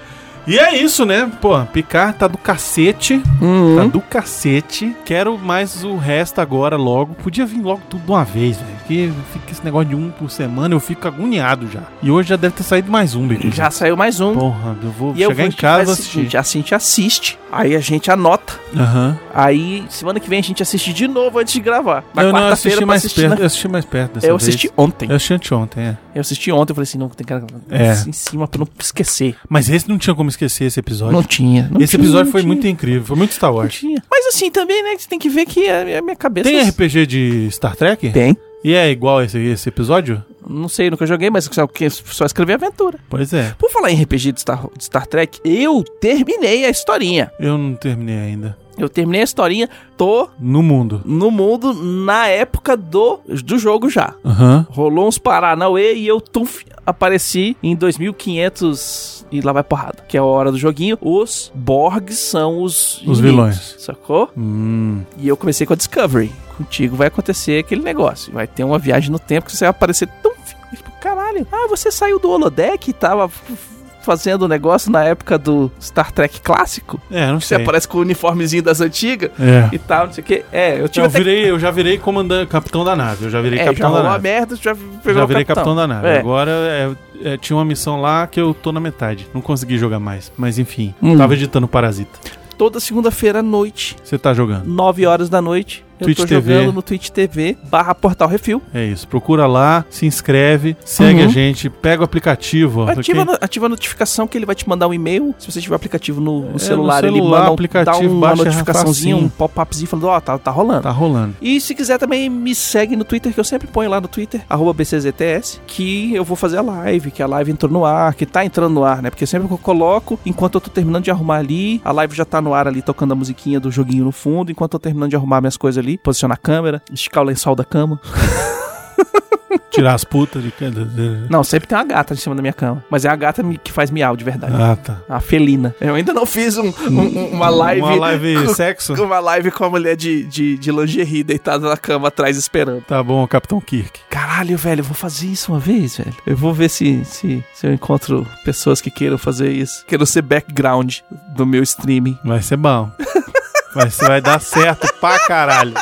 [SPEAKER 1] E é isso, né? Pô, Picar tá do cacete.
[SPEAKER 2] Uhum. Hum?
[SPEAKER 1] Tá do cacete. Quero mais o resto agora, logo. Podia vir logo tudo de uma vez, velho. Porque fica esse negócio de um por semana, eu fico agoniado já. E hoje já deve ter saído mais um, Bico.
[SPEAKER 2] Já saiu mais um.
[SPEAKER 1] Porra, eu vou
[SPEAKER 2] eu
[SPEAKER 1] chegar
[SPEAKER 2] vou-
[SPEAKER 1] em casa e
[SPEAKER 2] faz o
[SPEAKER 1] assistir.
[SPEAKER 2] seguinte, A gente assiste, aí a gente anota.
[SPEAKER 1] Aham.
[SPEAKER 2] Aí semana que vem a gente assiste de novo antes de gravar. Na
[SPEAKER 1] Eu não eu
[SPEAKER 2] quarta-feira
[SPEAKER 1] assisti
[SPEAKER 2] pra
[SPEAKER 1] mais
[SPEAKER 2] assistir
[SPEAKER 1] perto.
[SPEAKER 2] na-
[SPEAKER 1] Eu assisti mais perto dessa
[SPEAKER 2] Eu
[SPEAKER 1] vez.
[SPEAKER 2] assisti ontem.
[SPEAKER 1] Eu assisti anteontem, é.
[SPEAKER 2] Eu assisti ontem, eu falei assim, não, tem que
[SPEAKER 1] É.
[SPEAKER 2] em cima pra não esquecer.
[SPEAKER 1] Mas esse não tinha como esquecer esse episódio.
[SPEAKER 2] Não tinha. não
[SPEAKER 1] esse
[SPEAKER 2] tinha,
[SPEAKER 1] episódio
[SPEAKER 2] não
[SPEAKER 1] foi
[SPEAKER 2] tinha,
[SPEAKER 1] muito incrível, foi muito Star
[SPEAKER 2] Não
[SPEAKER 1] Wars.
[SPEAKER 2] tinha. Mas assim, também, né, você tem que ver que a, a minha cabeça... é assim.
[SPEAKER 1] Tem RPG de Star Trek?
[SPEAKER 2] Tem.
[SPEAKER 1] E é igual esse, esse episódio?
[SPEAKER 2] Não sei, nunca joguei, mas só, só escrevi aventura.
[SPEAKER 1] Pois é.
[SPEAKER 2] Por falar em RPG de Star, de Star Trek, eu terminei a historinha.
[SPEAKER 1] Eu não terminei ainda.
[SPEAKER 2] Eu terminei a historinha, tô
[SPEAKER 1] No mundo.
[SPEAKER 2] no mundo na época do, do jogo já.
[SPEAKER 1] Aham.
[SPEAKER 2] Rolou uns Paranauê e eu tumf, apareci em 2500 e lá vai porrada, que é a hora do joguinho. Os Borgs são os inimigos,
[SPEAKER 1] vilões.
[SPEAKER 2] Sacou?
[SPEAKER 1] Hum.
[SPEAKER 2] E eu comecei com a Discovery. Contigo vai acontecer aquele negócio. Vai ter uma viagem no tempo que você vai aparecer tão tipo, caralho. Ah, você saiu do holodeck e tava f- fazendo o negócio na época do Star Trek clássico?
[SPEAKER 1] É, não
[SPEAKER 2] Que você
[SPEAKER 1] sei.
[SPEAKER 2] aparece com o uniformezinho das antigas
[SPEAKER 1] É.
[SPEAKER 2] e tal, não sei o que. É, eu tive
[SPEAKER 1] Eu,
[SPEAKER 2] até
[SPEAKER 1] virei, eu já virei comandante, capitão da nave. Eu já virei
[SPEAKER 2] É, já
[SPEAKER 1] capitão da
[SPEAKER 2] rolou a
[SPEAKER 1] nave.
[SPEAKER 2] merda, já pegou
[SPEAKER 1] Já
[SPEAKER 2] o
[SPEAKER 1] virei capitão, da nave.
[SPEAKER 2] É.
[SPEAKER 1] Agora é, é, tinha uma missão lá que eu tô na metade. Não consegui jogar mais. Mas enfim,
[SPEAKER 2] Hum.
[SPEAKER 1] tava editando Parasita.
[SPEAKER 2] Toda segunda-feira à noite,
[SPEAKER 1] Você tá jogando.
[SPEAKER 2] 9 horas da noite, eu
[SPEAKER 1] Twitch
[SPEAKER 2] tô
[SPEAKER 1] TV.
[SPEAKER 2] jogando no Twitch TV barra Portal Refil.
[SPEAKER 1] É isso. Procura lá, se inscreve, segue
[SPEAKER 2] Uhum.
[SPEAKER 1] a gente, pega o aplicativo. ok?
[SPEAKER 2] Ativa, a- ativa a notificação que ele vai te mandar um e-mail. Se você tiver o aplicativo no, no
[SPEAKER 1] É,
[SPEAKER 2] celular,
[SPEAKER 1] no
[SPEAKER 2] ele
[SPEAKER 1] celular,
[SPEAKER 2] manda um,
[SPEAKER 1] aplicativo,
[SPEAKER 2] dá uma
[SPEAKER 1] baixa, é
[SPEAKER 2] notificaçãozinha,
[SPEAKER 1] facinho.
[SPEAKER 2] um pop-upzinho falando, ó, tá, tá rolando.
[SPEAKER 1] Tá rolando.
[SPEAKER 2] E se quiser também me segue no Twitter, que eu sempre ponho lá no Twitter, arroba BCZTS, que eu vou fazer a live, que a live entrou no ar, que tá entrando no ar, né? Porque sempre que eu coloco, enquanto eu tô terminando de arrumar ali, a live já tá no ar ali, tocando a musiquinha do joguinho no fundo, enquanto eu tô terminando de arrumar minhas coisas ali, posicionar a câmera, esticar o lençol da cama.
[SPEAKER 1] Tirar as putas de.
[SPEAKER 2] Não, sempre tem uma gata em cima da minha cama, mas é a gata me- que faz miau de verdade.
[SPEAKER 1] Ah, tá.
[SPEAKER 2] A felina. Eu ainda não fiz um- um- um- uma live.
[SPEAKER 1] Uma live sexo?
[SPEAKER 2] com- Uma live com a mulher de, de, de lingerie deitada na cama atrás esperando.
[SPEAKER 1] Tá bom, Capitão Kirk.
[SPEAKER 2] Caralho, velho, eu vou fazer isso uma vez, velho. Eu vou ver se, se, se eu encontro pessoas que queiram fazer isso. Queiram ser background do meu streaming.
[SPEAKER 1] Vai ser bom. Vai, ser- vai dar certo pra caralho.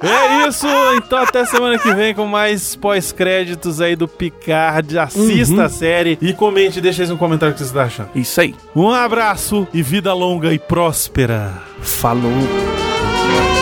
[SPEAKER 1] É isso, então até semana que vem com mais pós-créditos aí do Picard. Assista a série e comente, deixa aí um comentário o que vocês estão achando.
[SPEAKER 2] Isso aí.
[SPEAKER 1] Um abraço e vida longa e próspera.
[SPEAKER 2] Falou.